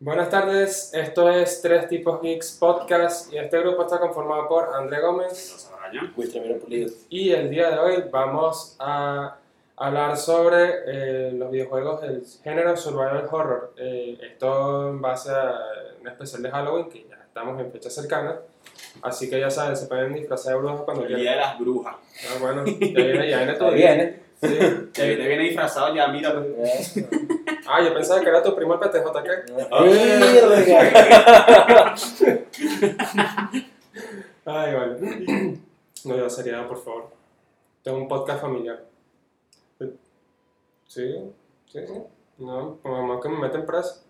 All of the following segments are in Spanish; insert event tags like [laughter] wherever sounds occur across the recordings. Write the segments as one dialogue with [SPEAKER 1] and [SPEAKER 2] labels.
[SPEAKER 1] Buenas tardes, esto es Tres Tipos Geeks Podcast y este grupo está conformado por André Gómez
[SPEAKER 2] Los araña.
[SPEAKER 3] Wiltramiro Pulido.
[SPEAKER 1] y el día de hoy vamos a hablar sobre eh, los videojuegos del género survival horror. Eh, esto en base a un especial de Halloween que ya estamos en fecha cercana, así que ya saben, se pueden disfrazar de brujas cuando
[SPEAKER 2] El
[SPEAKER 1] quieran.
[SPEAKER 2] día de las brujas.
[SPEAKER 1] Ah, bueno, ya viene, [laughs] ya viene todo.
[SPEAKER 3] Todo bien,
[SPEAKER 1] Sí.
[SPEAKER 2] Te viene, viene disfrazado ya, mira. pues.
[SPEAKER 3] ¿eh?
[SPEAKER 1] Ah, yo pensaba que era tu primo el PTJ que.
[SPEAKER 3] Verga.
[SPEAKER 1] Ay, Ah, vale. [clears throat] No digas seriedad, por favor. Tengo un podcast familiar. Sí, sí, sí. No, por mamá que me meten preso.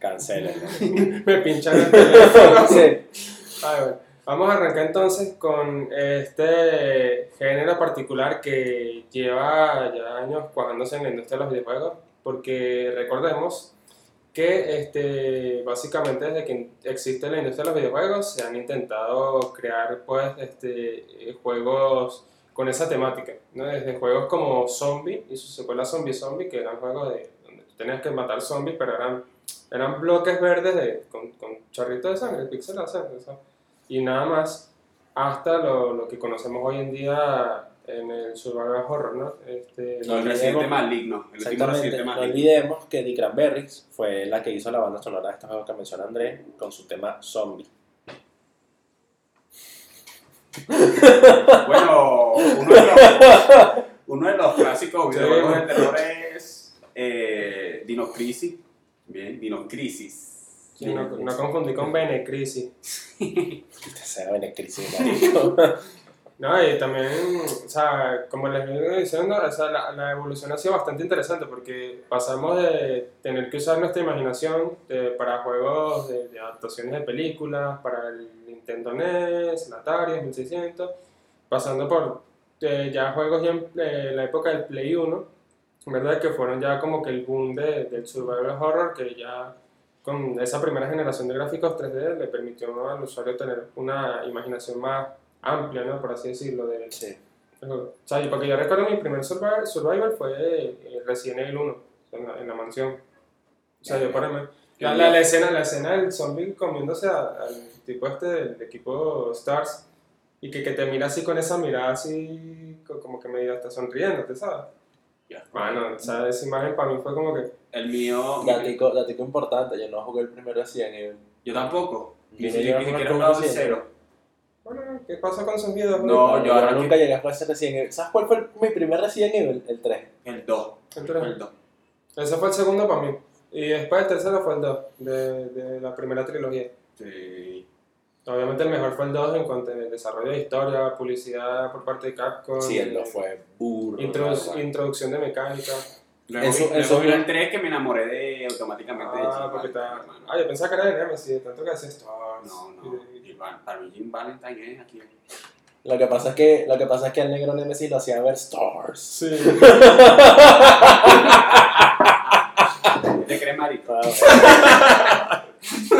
[SPEAKER 3] Cancela.
[SPEAKER 1] [laughs] Me pinchan el teléfono.
[SPEAKER 3] Sí.
[SPEAKER 1] Ay, bueno. Vamos a arrancar entonces con este género particular que lleva ya años cuajándose en la industria de los videojuegos, porque recordemos que este, básicamente desde que existe la industria de los videojuegos se han intentado crear pues este, eh, juegos con esa temática, ¿no? desde juegos como Zombie y su secuela Zombie Zombie, que eran juegos de, donde tú tenías que matar zombies, pero eran, eran bloques verdes de, con, con chorritos de sangre, píxeles de sangre, o sea, y nada más, hasta lo, lo que conocemos hoy en día en el survival horror, ¿no? Este,
[SPEAKER 2] No, el residente maligno. El último
[SPEAKER 3] Exactamente.
[SPEAKER 2] residente
[SPEAKER 3] No
[SPEAKER 2] maligno.
[SPEAKER 3] olvidemos que Dick Cranberries fue la que hizo la banda sonora de este juego que menciona André con su tema Zombie. [laughs]
[SPEAKER 2] Bueno, uno de los, uno de los clásicos
[SPEAKER 1] Sí,
[SPEAKER 2] videojuegos de
[SPEAKER 1] bueno.
[SPEAKER 2] terror es eh, Dino Crisis. Bien, Dino Crisis.
[SPEAKER 1] sí, no, no confundí con Benecrisis.
[SPEAKER 3] Esta sea benecrisis, marico.
[SPEAKER 1] No, y también, o sea, como les vengo diciendo, o sea, la, la evolución ha sido bastante interesante porque pasamos de tener que usar nuestra imaginación eh, para juegos de, de adaptaciones de películas, para el Nintendo NES, el Atari, el 1600, pasando por eh, ya juegos ya en eh, la época del Play 1, ¿verdad? Que fueron ya como que el boom de- del survival horror, que ya con esa primera generación de gráficos 3D le permitió al usuario tener una imaginación más amplia, ¿no? Por así decirlo. De,
[SPEAKER 3] Sí.
[SPEAKER 1] o sea, yo- porque yo recuerdo mi primer survival, survival fue eh, Resident Evil 1, en la, en la mansión. O sea, yo para mí- La, la- la escena, la escena del zombie comiéndose a- al tipo este del equipo Stars y que, que te mira así con esa mirada así, co- como que medio hasta sonriendo, ¿te sabes?
[SPEAKER 2] Ya.
[SPEAKER 1] Bueno, o sea, esa imagen para mí fue como que...
[SPEAKER 2] El mío.
[SPEAKER 3] Datico, datico importante, yo no jugué el primero así en el...
[SPEAKER 2] Yo tampoco. Ni
[SPEAKER 3] Yo no
[SPEAKER 2] si-
[SPEAKER 3] llegué a
[SPEAKER 2] ni
[SPEAKER 3] jugar
[SPEAKER 2] siquiera he
[SPEAKER 3] con
[SPEAKER 2] jugado el
[SPEAKER 3] Resident Evil.
[SPEAKER 2] cero.
[SPEAKER 1] Bueno, ¿qué pasó con sus videos?
[SPEAKER 2] No, yo ahora
[SPEAKER 3] nunca llegué a jugar ese Resident Evil. ¿Sabes cuál fue el- mi primer Resident Evil? El 3.
[SPEAKER 2] El 2. El 2.
[SPEAKER 1] Ese fue el segundo para mí. Y después el tercero fue el 2, de, de la primera trilogía.
[SPEAKER 2] Sí.
[SPEAKER 1] Obviamente el mejor fue el 2 en cuanto a desarrollo de historia, publicidad por parte de Capcom.
[SPEAKER 3] Sí, el
[SPEAKER 1] eh,
[SPEAKER 3] 2 fue burro.
[SPEAKER 1] introdu-
[SPEAKER 3] ¿verdad?
[SPEAKER 1] introducción de mecánica.
[SPEAKER 2] Luego,
[SPEAKER 3] Eso-
[SPEAKER 2] vi-
[SPEAKER 3] eso-
[SPEAKER 2] luego vino el 3 que me enamoré de automáticamente de
[SPEAKER 1] Ah,
[SPEAKER 2] Jim
[SPEAKER 1] porque está...
[SPEAKER 2] Valentine, hermano.
[SPEAKER 1] Ah, yo pensaba que era de Nemesis, de tanto que haces Stars.
[SPEAKER 2] No, no.
[SPEAKER 1] Y-
[SPEAKER 2] Jim Val- Para mí Jim Valentine es aquí.
[SPEAKER 3] Lo que pasa es que, lo que pasa es que al negro Nemesis lo hacía ver
[SPEAKER 1] [laughs]
[SPEAKER 3] stars.
[SPEAKER 1] Sí.
[SPEAKER 3] [laughs]
[SPEAKER 2] ¿Te crees, marico?
[SPEAKER 3] [laughs]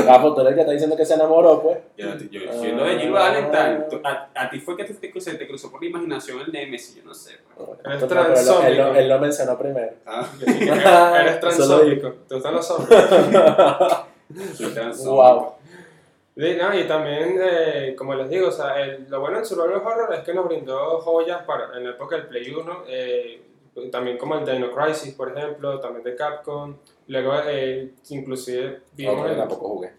[SPEAKER 3] La foto que está diciendo que se enamoró, pues.
[SPEAKER 2] Yo, yo soy lo de Jill Valentine. Tú- A, a ti fue que te, que se te cruzó por la imaginación el Nemesis, yo no sé. pues.
[SPEAKER 3] Pero él, lo- él lo- él lo mencionó primero.
[SPEAKER 2] Ah,
[SPEAKER 1] y- y- [laughs] Eres transómico. ¿Te gustan los hombres?
[SPEAKER 2] soy transómico.
[SPEAKER 3] Wow.
[SPEAKER 1] Sí, no, y también, eh, como les digo, o sea, el- lo bueno del Survival Horror es que nos brindó joyas para, en la época del Play 1, eh, también como el Dino Crisis, por ejemplo, también de Capcom. Luego, eh, inclusive, vimos
[SPEAKER 3] Otro que
[SPEAKER 1] el,
[SPEAKER 3] tampoco jugué.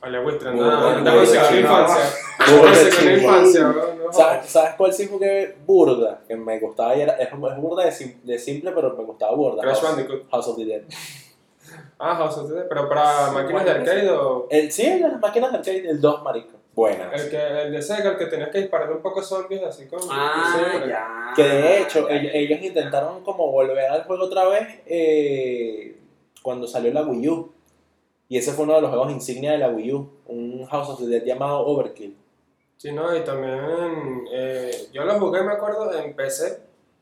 [SPEAKER 1] a la Wistran,
[SPEAKER 3] Muy
[SPEAKER 1] nada,
[SPEAKER 3] bueno,
[SPEAKER 1] anda con
[SPEAKER 3] muy
[SPEAKER 1] segunda
[SPEAKER 2] bueno.
[SPEAKER 1] infancia.
[SPEAKER 3] Muy
[SPEAKER 1] Con
[SPEAKER 3] bueno,
[SPEAKER 1] segunda
[SPEAKER 3] sí.
[SPEAKER 1] infancia, no, no,
[SPEAKER 3] ¿Sabes, sabes cuál sí jugué burda? Que me gustaba y era, es, es burda de, sim- de simple, pero me gustaba burda.
[SPEAKER 1] Crash
[SPEAKER 3] House-
[SPEAKER 1] Bandicoot.
[SPEAKER 3] House of the Dead.
[SPEAKER 1] Ah, House of the Dead, pero para
[SPEAKER 2] Sí,
[SPEAKER 1] máquinas de
[SPEAKER 2] bueno,
[SPEAKER 1] arcade o
[SPEAKER 3] El, sí, el de las máquinas de arcade, el 2, marico. Buena.
[SPEAKER 1] el, que, el de Sega, el que tenías que disparar un poco zombies, así como...
[SPEAKER 2] Ah,
[SPEAKER 1] sí,
[SPEAKER 2] ya.
[SPEAKER 3] Que de hecho,
[SPEAKER 2] Ya, ya,
[SPEAKER 3] ell- ellos
[SPEAKER 2] ya.
[SPEAKER 3] intentaron como volver al juego otra vez eh, cuando salió la Wii U. Y ese fue uno de los juegos insignia de la Wii U. Un House of the Dead llamado Overkill.
[SPEAKER 1] Sí, no, y también eh, yo lo jugué, me acuerdo, en PC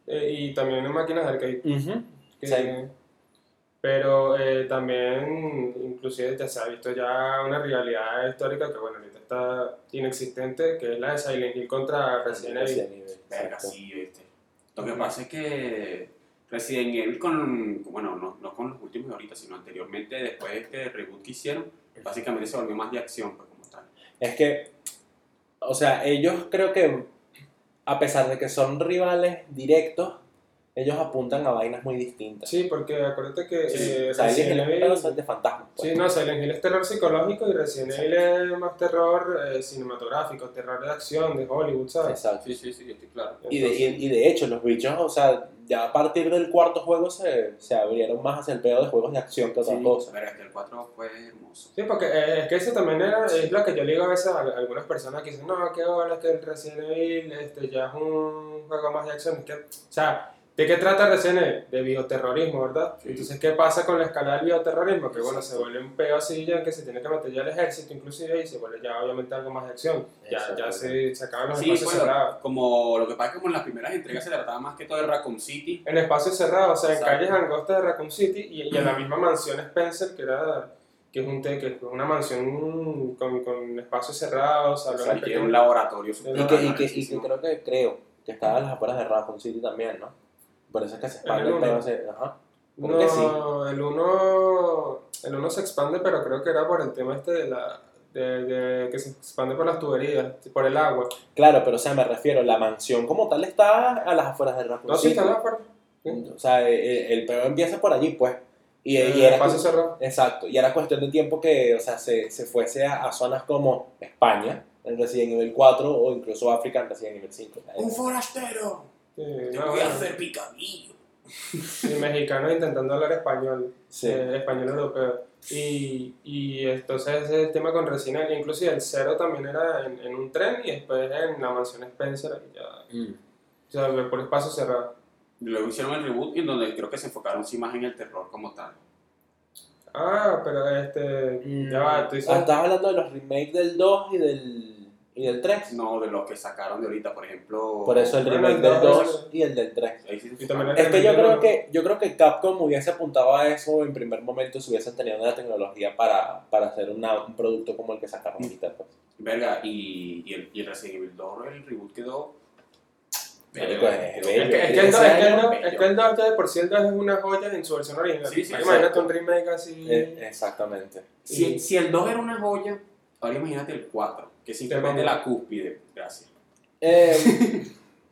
[SPEAKER 1] eh, y también en máquinas de arcade. que-
[SPEAKER 3] Sí.
[SPEAKER 1] Pero eh, también, inclusive, ya se ha visto ya una rivalidad histórica que, bueno, ahorita está inexistente, que es la de Silent Hill contra Resident Evil.
[SPEAKER 3] Resident Evil,
[SPEAKER 2] Verga,
[SPEAKER 3] exacto.
[SPEAKER 2] sí, este. Lo que pasa es que Resident Evil con, bueno, no, no con los últimos de ahorita, sino anteriormente, después de este reboot que hicieron, básicamente se volvió más de acción, pues como tal.
[SPEAKER 3] Es que, o sea, ellos creo que, a pesar de que son rivales directos, ellos apuntan a vainas muy distintas.
[SPEAKER 1] Sí, porque acuérdate que
[SPEAKER 2] Sí,
[SPEAKER 1] eh,
[SPEAKER 3] O sea, Silent
[SPEAKER 1] Resident
[SPEAKER 3] Hill
[SPEAKER 1] Evil-
[SPEAKER 3] pero son de fantasmas. pues.
[SPEAKER 1] Sí, no, Silent Hill es terror psicológico y Resident
[SPEAKER 3] Exacto.
[SPEAKER 1] Evil es más terror eh, cinematográfico, terror de acción de Hollywood, ¿sabes?
[SPEAKER 3] Exacto.
[SPEAKER 2] Sí, sí, sí, yo estoy claro.
[SPEAKER 3] Y de, y- y de hecho, los bichos, o sea, ya a partir del cuarto juego se, se abrieron más hacia el pedo de juegos de acción que otras
[SPEAKER 2] Sí,
[SPEAKER 3] cosas.
[SPEAKER 2] Pero es que el 4 fue hermoso.
[SPEAKER 1] Sí, porque eh, es que eso también era, es lo que yo le digo a veces a a algunas personas que dicen, no, qué bola, que el Resident Evil este, ya es un juego más de acción. Es que, o sea, ¿de qué trata Resident Evil? De bioterrorismo, ¿verdad?
[SPEAKER 2] Sí.
[SPEAKER 1] Entonces, ¿qué pasa con la escala del bioterrorismo? Que bueno, se
[SPEAKER 2] Exacto.
[SPEAKER 1] vuelve un peo así ya que se tiene que meter ya el ejército inclusive y se vuelve ya obviamente algo más de acción. Ya, ya
[SPEAKER 3] Exacto.
[SPEAKER 1] se, se acaban los
[SPEAKER 2] Sí,
[SPEAKER 1] espacios
[SPEAKER 2] bueno,
[SPEAKER 1] cerrados.
[SPEAKER 2] como lo que pasa es que como en las primeras entregas se trataba más que todo de Raccoon City.
[SPEAKER 1] En espacios cerrados, o sea,
[SPEAKER 2] Exacto.
[SPEAKER 1] en calles angostas de Raccoon City y, y en la misma mansión Spencer, que era que es, un te- que es una mansión con, con espacios cerrados,
[SPEAKER 2] O
[SPEAKER 1] salones
[SPEAKER 2] sea, que era un
[SPEAKER 1] pequeños.
[SPEAKER 2] laboratorio
[SPEAKER 1] Y
[SPEAKER 3] Y
[SPEAKER 2] súper
[SPEAKER 3] que, y que, y que
[SPEAKER 2] grandísimo.
[SPEAKER 3] creo que creo que estaba a las afueras de Raccoon City también, ¿no? Por eso es que se
[SPEAKER 1] En
[SPEAKER 3] expande
[SPEAKER 1] el
[SPEAKER 3] el pedo.
[SPEAKER 1] uno.
[SPEAKER 3] se- Ajá. creo
[SPEAKER 1] No,
[SPEAKER 3] que
[SPEAKER 1] el uno, el uno se expande, pero creo que era por el tema este de la de, de- que se expande por las tuberías, por el agua.
[SPEAKER 3] Claro, pero o sea, me refiero, la mansión como tal está a las afueras de Raccoon
[SPEAKER 1] No, sí,
[SPEAKER 3] City.
[SPEAKER 1] está la puerta.
[SPEAKER 3] O sea, el, el pedo empieza por allí, pues. Y, y
[SPEAKER 1] El
[SPEAKER 3] era
[SPEAKER 1] espacio cerrado.
[SPEAKER 3] Exacto, y era cuestión de tiempo que o sea, se, se fuese a, a zonas como España en Resident Evil 4 o incluso África en Resident Evil 5.
[SPEAKER 2] ¡Un forastero!
[SPEAKER 1] Sí,
[SPEAKER 2] ¡Te
[SPEAKER 1] no,
[SPEAKER 2] voy a
[SPEAKER 1] bueno.
[SPEAKER 2] hacer picadillo!
[SPEAKER 1] Y mexicanos intentando hablar español.
[SPEAKER 3] Sí,
[SPEAKER 1] eh, español europeo. Y, y entonces ese es el tema con Resident Evil. Inclusive el cero también era en, en un tren y después en la mansión Spencer. y ya-
[SPEAKER 3] Mm.
[SPEAKER 1] o sea, por espacio cerrado.
[SPEAKER 2] Luego hicieron el reboot en donde creo que se enfocaron sí más en el terror como tal.
[SPEAKER 1] Ah, pero este. Ya va, tú dices.
[SPEAKER 3] Ah, estabas hablando de los remakes del 2 y del, y del 3.
[SPEAKER 2] No de los que sacaron de ahorita, por ejemplo.
[SPEAKER 3] Por eso el
[SPEAKER 1] Bueno,
[SPEAKER 3] remake
[SPEAKER 1] el
[SPEAKER 3] del
[SPEAKER 1] 2.
[SPEAKER 3] 2 y el del 3.
[SPEAKER 2] Ahí sí se
[SPEAKER 1] Y también
[SPEAKER 2] enfocaron.
[SPEAKER 1] el
[SPEAKER 3] Es que yo
[SPEAKER 1] remake del
[SPEAKER 3] creo
[SPEAKER 1] uno.
[SPEAKER 3] que, yo creo que Capcom hubiese apuntado a eso en primer momento si hubiesen tenido la tecnología para, para hacer una- un producto como el que sacaron ahorita. pues.
[SPEAKER 2] Verga, y, y el, y el Resident Evil 2, el reboot quedó.
[SPEAKER 3] Marico,
[SPEAKER 2] quedó-
[SPEAKER 3] es
[SPEAKER 1] Es
[SPEAKER 3] bello.
[SPEAKER 1] que, es que el
[SPEAKER 3] Ese
[SPEAKER 1] dos- es que el
[SPEAKER 3] año-
[SPEAKER 1] dos- es que el 2 ya de por sí el 2 es una joya en su versión original.
[SPEAKER 2] Sí, sí,
[SPEAKER 1] Imagínate
[SPEAKER 2] exacto.
[SPEAKER 1] un remake así.
[SPEAKER 3] Eh, exactamente.
[SPEAKER 2] Si, si el 2 era una joya, ahora imagínate el 4, que simplemente
[SPEAKER 1] Pero-
[SPEAKER 2] la cúspide. Gracias.
[SPEAKER 1] [laughs]
[SPEAKER 3] Eh,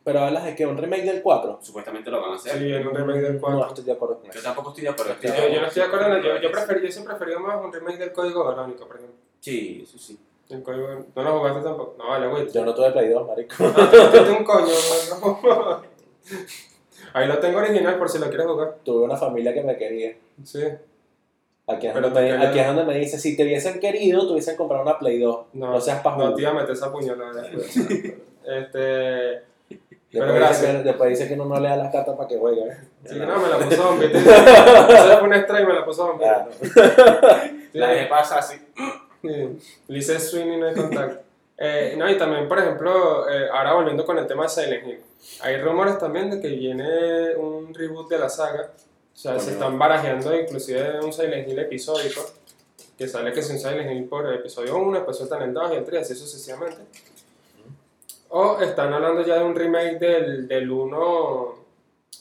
[SPEAKER 3] pero hablas de que un remake del 4.
[SPEAKER 2] Supuestamente lo van a hacer.
[SPEAKER 1] Sí, en un remake del
[SPEAKER 3] No
[SPEAKER 1] 4.
[SPEAKER 3] estoy de acuerdo con
[SPEAKER 2] Yo
[SPEAKER 3] eso.
[SPEAKER 2] tampoco estoy de acuerdo.
[SPEAKER 1] Yo, yo no estoy de acuerdo, yo, yo, prefer- yo siempre prefería más un remake del código verónico, por ejemplo.
[SPEAKER 2] Sí, eso sí.
[SPEAKER 1] El código, Verónica- no lo jugaste tampoco. No, vale, güey.
[SPEAKER 3] Yo no tuve Play 2, marico. [laughs]
[SPEAKER 1] Ah, métete un coño, mano. Ahí lo tengo original por si lo quieres jugar.
[SPEAKER 3] Tuve una familia que me quería.
[SPEAKER 1] Sí.
[SPEAKER 3] Aquí es,
[SPEAKER 1] Pero
[SPEAKER 3] donde
[SPEAKER 1] te
[SPEAKER 3] me, aquí
[SPEAKER 1] quería-
[SPEAKER 3] es donde me dice, si te hubiesen querido, te hubiesen comprado una Play 2.
[SPEAKER 1] No,
[SPEAKER 3] No seas pajudo.
[SPEAKER 1] No te iba a meter esa puñalada. este. Pero
[SPEAKER 3] Después, dice que,
[SPEAKER 1] gracias.
[SPEAKER 3] después dice que uno no le da las cartas para que juegue. ¿eh?
[SPEAKER 1] Sí, no, me la puso zombie. tío. Eso fue un extra y me la puso zombie.
[SPEAKER 3] Ah,
[SPEAKER 1] Sí.
[SPEAKER 2] La que pasa así.
[SPEAKER 1] [laughs] Sí, le hice swing y no hay contacto. Eh, no, y también, por ejemplo, eh, ahora volviendo con el tema de Silent Hill, hay rumores también de que viene un reboot de la saga. O sea, se
[SPEAKER 3] Coño.
[SPEAKER 1] están barajeando inclusive un Silent Hill episódico, que sale que es un Silent Hill por episodio 1, después sueltan el 2 y el 3, así sucesivamente. O están hablando ya de un remake del, del 1,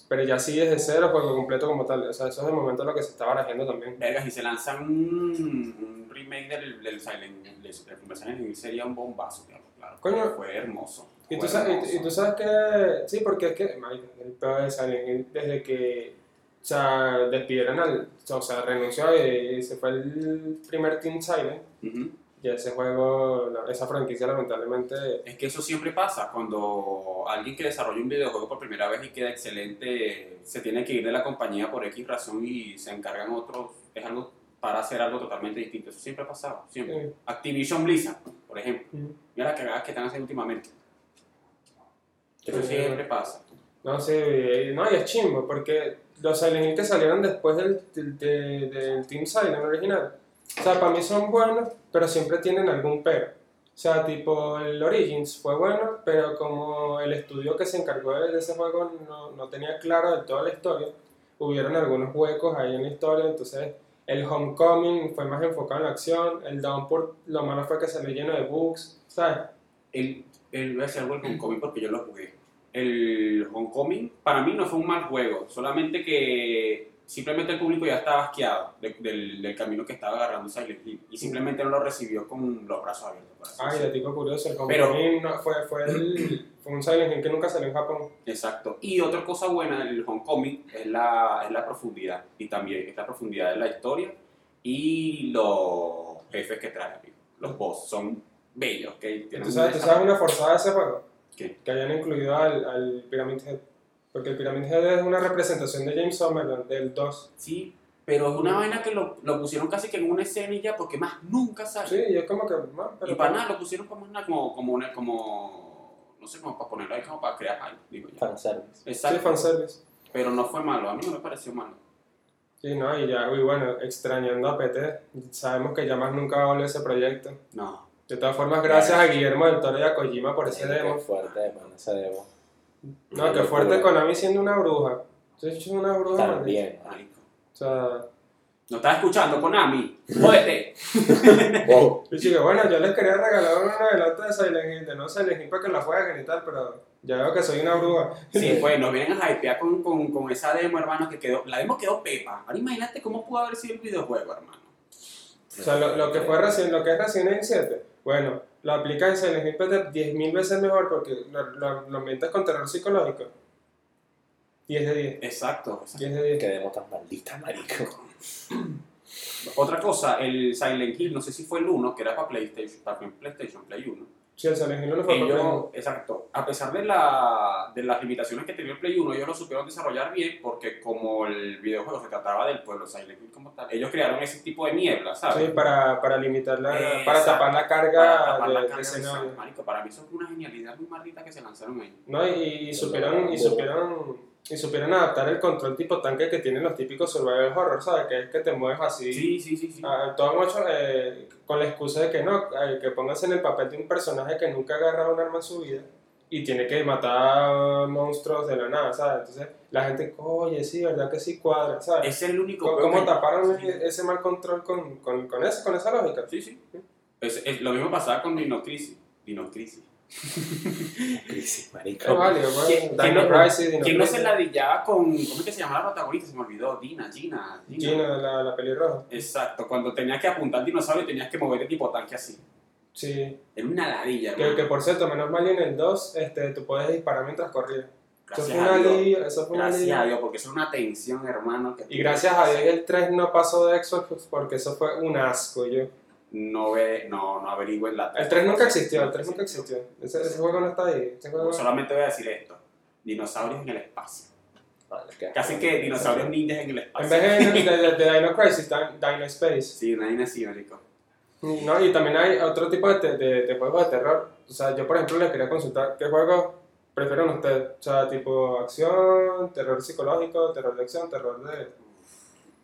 [SPEAKER 1] pero ya sí desde cero, juego completo como tal. O sea, eso es de momento lo que se está barajeando también.
[SPEAKER 2] Verga, si se lanzan un, un remake del, del Silent Hill, del del primer Silent Hill, sería un bombazo, claro. claro
[SPEAKER 1] Coño. ah,
[SPEAKER 2] porque Fue hermoso.
[SPEAKER 1] Y
[SPEAKER 2] fue
[SPEAKER 1] tú, sabes,
[SPEAKER 2] hermoso.
[SPEAKER 1] y, y tú sabes que. Sí, porque es que. marico, el pedo de Silent Hill, desde que. O sea, despidieron al. O sea, renunció y, y se fue el primer Team Silent.
[SPEAKER 2] Ujú.
[SPEAKER 1] Y ese juego, la- esa franquicia, lamentablemente.
[SPEAKER 2] Es que eso siempre pasa. Cuando alguien que desarrolla un videojuego por primera vez y queda excelente, se tiene que ir de la compañía por X razón y se encargan otros. Es algo para hacer algo totalmente distinto. Eso siempre ha pasado, siempre.
[SPEAKER 1] eh,
[SPEAKER 2] Activision Blizzard, por ejemplo.
[SPEAKER 1] Ujú.
[SPEAKER 2] Mira las cagadas que están haciendo últimamente. Eso
[SPEAKER 1] Sí.
[SPEAKER 2] siempre pasa.
[SPEAKER 1] no sé, y- no, y es chimbo, porque los Silent Hill que salieron después del, del, de- del Team Silent original. O sea, para mí son buenos, pero siempre tienen algún pero. O sea, tipo, el Origins fue bueno, pero como el estudio que se encargó de de ese juego no, no tenía claro del todo la historia, hubieron algunos huecos ahí en la historia, entonces el Homecoming fue más enfocado en la acción, el Downpour lo malo fue que salió lleno de bugs, ¿sabes?
[SPEAKER 2] El, el, voy a hacer algo con Kobe porque yo lo jugué. el Homecoming para mí no fue un mal juego, solamente que simplemente el público ya estaba asqueado de- del, del camino que estaba agarrando Silent Hill y simplemente no lo recibió con los brazos abiertos. por así
[SPEAKER 1] Ay,
[SPEAKER 2] decirlo.
[SPEAKER 1] dato curioso, el
[SPEAKER 2] Pero-
[SPEAKER 1] Homecoming no- fue, fue,
[SPEAKER 2] [clears throat]
[SPEAKER 1] el- fue un Silent Hill que nunca salió en Japón.
[SPEAKER 2] Exacto. Y otra cosa buena del Homecoming es la, es la profundidad y también es la profundidad de la historia y los jefes que trae. amigo. Los boss son bellos. ¿ok? Tienen
[SPEAKER 1] ¿Tú
[SPEAKER 2] un
[SPEAKER 1] sabes, tú sabes una forzada de ese juego?
[SPEAKER 2] ¿Qué?
[SPEAKER 1] Que hayan incluido al, al Pyramid Head. Porque el Pyramid Head es una representación de James Summerland, del 2.
[SPEAKER 2] Sí, pero es una vaina que lo, lo pusieron casi que en una escena y ya, porque más nunca sale.
[SPEAKER 1] Sí, y es como que... man, pero-
[SPEAKER 2] y para nada, lo pusieron para más nada, como, como una, como, no sé, como para ponerlo ahí, como para crear hype, digo yo.
[SPEAKER 1] Sí,
[SPEAKER 3] Fanservice.
[SPEAKER 2] Exacto,
[SPEAKER 1] fanservice.
[SPEAKER 2] pero no fue malo, a mí no me pareció malo.
[SPEAKER 1] Sí, no, y ya, y bueno, extrañando a PT, sabemos que ya más nunca va a volver ese proyecto.
[SPEAKER 2] No,
[SPEAKER 1] De todas formas, gracias a Guillermo del Toro y a Kojima por ese
[SPEAKER 3] Qué
[SPEAKER 1] demo.
[SPEAKER 3] fuerte, hermano, ese demo.
[SPEAKER 1] No, que
[SPEAKER 3] Qué
[SPEAKER 1] fuerte
[SPEAKER 3] locura.
[SPEAKER 1] Konami siendo una bruja. Yo soy una bruja. marico.
[SPEAKER 2] [laughs]
[SPEAKER 3] También.
[SPEAKER 2] marico.
[SPEAKER 1] O sea,
[SPEAKER 2] ¿No estás escuchando, Konami? ¡Jódete!
[SPEAKER 3] Wow.
[SPEAKER 1] Y sí, que bueno, yo les quería regalar una pelota de Silent Hill, de no Silent Hill para que la jueguen y tal, pero ya veo que soy una bruja. [laughs]
[SPEAKER 2] Sí, pues nos vienen a hypear con, con, con esa demo, hermano, que quedó, la demo quedó pepa. Ahora imagínate cómo pudo haber sido el videojuego, hermano.
[SPEAKER 1] O sea, lo, lo que fue recién, lo que es recién en 7, bueno, lo aplicas en Silent Hill pues, pero 10.000 veces mejor porque lo, lo, lo ambientas con terror psicológico. 10 de 10.
[SPEAKER 2] Exacto, exacto.
[SPEAKER 1] 10 de 10.
[SPEAKER 3] Qué demo tan maldita, marico. [laughs]
[SPEAKER 2] Otra cosa, el Silent Hill, no sé si fue el 1, que era para PlayStation, para PlayStation Play 1.
[SPEAKER 1] Sí, el Silent Hill no fue
[SPEAKER 2] Ellos,
[SPEAKER 1] problema.
[SPEAKER 2] exacto, a pesar de, la, de las limitaciones que tenía el Play 1, ellos lo supieron desarrollar bien porque como el videojuego se trataba del pueblo Silent Hill como tal, ellos crearon ese tipo de niebla,
[SPEAKER 1] Sí,
[SPEAKER 2] ¿sabes?
[SPEAKER 1] para, para limitar la,
[SPEAKER 2] Exacto.
[SPEAKER 1] para tapar la carga
[SPEAKER 2] Para tapar
[SPEAKER 1] de,
[SPEAKER 2] la
[SPEAKER 1] de
[SPEAKER 2] carga de
[SPEAKER 1] escenario.
[SPEAKER 2] San- marico, para mí eso fue una genialidad muy maldita que se lanzaron ahí.
[SPEAKER 1] No, y, y supieron, y supieron, y supieron adaptar el control tipo tanque que tienen los típicos survival horror, ¿sabes? Que es que te mueves así.
[SPEAKER 2] Sí, sí, sí, sí.
[SPEAKER 1] Ah, todo mucho eh, con la excusa de que no, eh, que pongas en el papel de un personaje que nunca agarra un arma en su vida y tiene que matar monstruos de la nada, ¿sabes? Entonces la gente, oye, sí, ¿verdad que sí cuadra, ¿sabes?
[SPEAKER 2] Ese es el único...
[SPEAKER 1] ¿Cómo,
[SPEAKER 2] juego
[SPEAKER 1] cómo
[SPEAKER 2] que-
[SPEAKER 1] taparon
[SPEAKER 2] Sí.
[SPEAKER 1] ese mal control con, con, con, ese- con esa lógica?
[SPEAKER 2] Sí, sí. Es- es- lo mismo pasaba con Dino Crisis. Dino Crisis.
[SPEAKER 3] Crisis,
[SPEAKER 1] Es
[SPEAKER 3] marico.
[SPEAKER 1] válido, pues,
[SPEAKER 2] ¿Quién-
[SPEAKER 1] Dino
[SPEAKER 2] quién no-
[SPEAKER 1] Crisis, Dino
[SPEAKER 2] ¿Quién no
[SPEAKER 1] Crisis,
[SPEAKER 2] se ladillaba con... ¿Cómo es que se llamaba la protagonista? Se me olvidó. Dina, Gina. Gina.
[SPEAKER 1] Gina, la, la pelirroja.
[SPEAKER 2] Exacto, cuando tenías que apuntar al dinosaurio tenías que mover el tipo tanque así.
[SPEAKER 1] Sí,
[SPEAKER 2] Era una ladilla,
[SPEAKER 1] Que,
[SPEAKER 2] hermano.
[SPEAKER 1] que, por cierto, menos mal y en el 2 este, tú puedes disparar mientras corrías. Eso
[SPEAKER 2] Gracias
[SPEAKER 1] fue
[SPEAKER 2] a
[SPEAKER 1] una
[SPEAKER 2] Dios.
[SPEAKER 1] alivio. Eso fue un
[SPEAKER 2] Gracias
[SPEAKER 1] alivio.
[SPEAKER 2] a Dios, porque eso es una tensión, hermano. que-
[SPEAKER 1] Y gracias a Dios el 3 no pasó de Xbox porque eso fue un asco. yo
[SPEAKER 2] No ve, no, no averigüen la
[SPEAKER 1] El 3 nunca existió, el 3 nunca existió. Ese, ese juego no está ahí. ese juego-
[SPEAKER 2] Solamente voy a decir esto. Dinosaurios en el espacio. Casi que dinosaurios ninjas en el
[SPEAKER 1] En
[SPEAKER 2] espacio.
[SPEAKER 1] vez de, de, de- de Dino Crisis, Dino, Dino Space.
[SPEAKER 2] Sí, nadie así, marico.
[SPEAKER 1] Y, ¿no? y también hay otro tipo de, te- de- de juegos de terror. O sea, yo por ejemplo les quería consultar qué juegos prefieren ustedes. O sea, tipo acción, terror psicológico, terror de acción, terror de...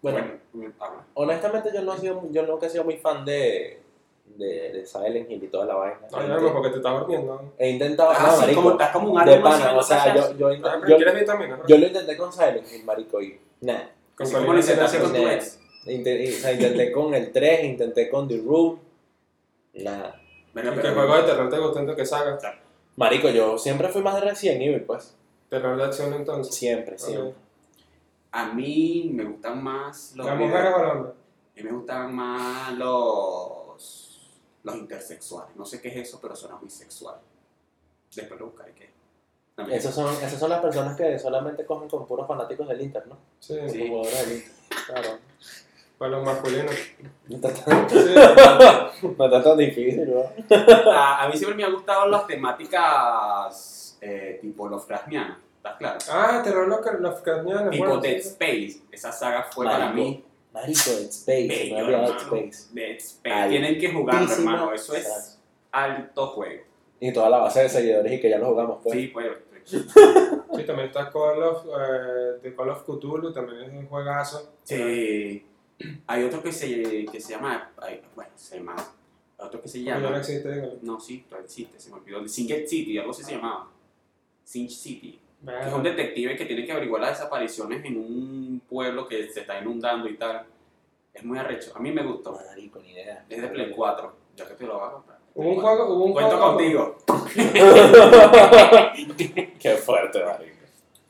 [SPEAKER 3] Bueno,
[SPEAKER 2] Bueno, mm, habla.
[SPEAKER 3] honestamente yo no he sido, yo nunca he sido muy fan de, de, de Silent Hill y toda la vaina.
[SPEAKER 1] Ay, no, porque te estás durmiendo.
[SPEAKER 3] He intentado,
[SPEAKER 2] Ah,
[SPEAKER 3] no,
[SPEAKER 2] sí,
[SPEAKER 3] marico,
[SPEAKER 2] como, estás como un
[SPEAKER 3] de
[SPEAKER 2] árbol así,
[SPEAKER 3] pana,
[SPEAKER 2] no
[SPEAKER 3] o sea,
[SPEAKER 2] sabes.
[SPEAKER 3] yo, yo,
[SPEAKER 1] Ah, pero
[SPEAKER 3] yo,
[SPEAKER 1] ¿Quieres vitaminas?
[SPEAKER 3] yo lo intenté con Silent Hill, marico, y nada.
[SPEAKER 1] Con
[SPEAKER 2] Así
[SPEAKER 1] cualquier
[SPEAKER 2] como lo intentaste
[SPEAKER 1] escenario.
[SPEAKER 2] con tu ex.
[SPEAKER 3] Inte- o
[SPEAKER 1] [laughs]
[SPEAKER 3] sea, intenté con el 3, intenté con The Room, nada.
[SPEAKER 2] Venga,
[SPEAKER 1] ¿Y
[SPEAKER 2] pero-
[SPEAKER 1] qué juego de terror te gustó entonces que saga?
[SPEAKER 3] Marico, yo siempre fui más de Resident Evil, pues.
[SPEAKER 1] Terror de acción entonces.
[SPEAKER 3] Siempre, siempre.
[SPEAKER 1] Ok.
[SPEAKER 2] A mí me gustan más los
[SPEAKER 1] ¿Las
[SPEAKER 2] videos-
[SPEAKER 1] mujeres o los hombres?
[SPEAKER 2] A mí me gustan más los, los intersexuales. No sé qué es eso, pero suena muy sexual. Después lo buscaré qué. es. No, mentira.
[SPEAKER 3] Esas son, esas son las personas que solamente cogen con puros fanáticos del Inter, ¿no?
[SPEAKER 1] Sí,
[SPEAKER 3] Con
[SPEAKER 2] Sí.
[SPEAKER 3] jugadores del Inter. Claro.
[SPEAKER 1] para los
[SPEAKER 2] [laughs]
[SPEAKER 1] masculinos.
[SPEAKER 3] No está tan,
[SPEAKER 1] Sí.
[SPEAKER 3] no está tan difícil, ¿no?
[SPEAKER 2] a, a mí siempre me han gustado las temáticas eh, tipo los frasmianos, ¿estás claro?
[SPEAKER 1] Ah, terror los Lovecraftiano.
[SPEAKER 2] tipo
[SPEAKER 1] bueno,
[SPEAKER 2] Dead
[SPEAKER 1] sí.
[SPEAKER 2] Space. Esa saga fue para
[SPEAKER 3] Marico.
[SPEAKER 2] mí.
[SPEAKER 3] Marico, Dead Space, se me
[SPEAKER 2] Bello,
[SPEAKER 3] ha olvidado Dead
[SPEAKER 2] hermano.
[SPEAKER 3] Space.
[SPEAKER 2] Dead Space. Tienen que jugarlo,
[SPEAKER 3] Altísimo.
[SPEAKER 2] hermano. Eso es alto juego.
[SPEAKER 3] Y toda la base de seguidores y que ya lo jugamos, pues.
[SPEAKER 2] Sí, pues.
[SPEAKER 1] Sí, también está Call of, eh, de Call of Cthulhu, también es un juegazo.
[SPEAKER 2] Sí. Hay otro que se, que se llama. ay, bueno, se llama. Otro que se
[SPEAKER 1] Ya
[SPEAKER 2] llama.
[SPEAKER 1] no existe, dígalo.
[SPEAKER 2] No, sí, todavía existe, se me olvidó. Singet City, algo así
[SPEAKER 3] Ah.
[SPEAKER 2] se llamaba. Singe City. Que es un
[SPEAKER 1] Bueno,
[SPEAKER 2] detective que tiene que averiguar las desapariciones en un pueblo que se está inundando y tal. Es muy arrecho. A mí me gustó.
[SPEAKER 3] Marico, ni idea.
[SPEAKER 2] Es de Play 4. Ya que te lo vas a comprar.
[SPEAKER 1] Hubo un juego, hubo un
[SPEAKER 2] Cuento
[SPEAKER 1] juego- [laughs]
[SPEAKER 2] contigo. [laughs]
[SPEAKER 3] Qué fuerte, marico.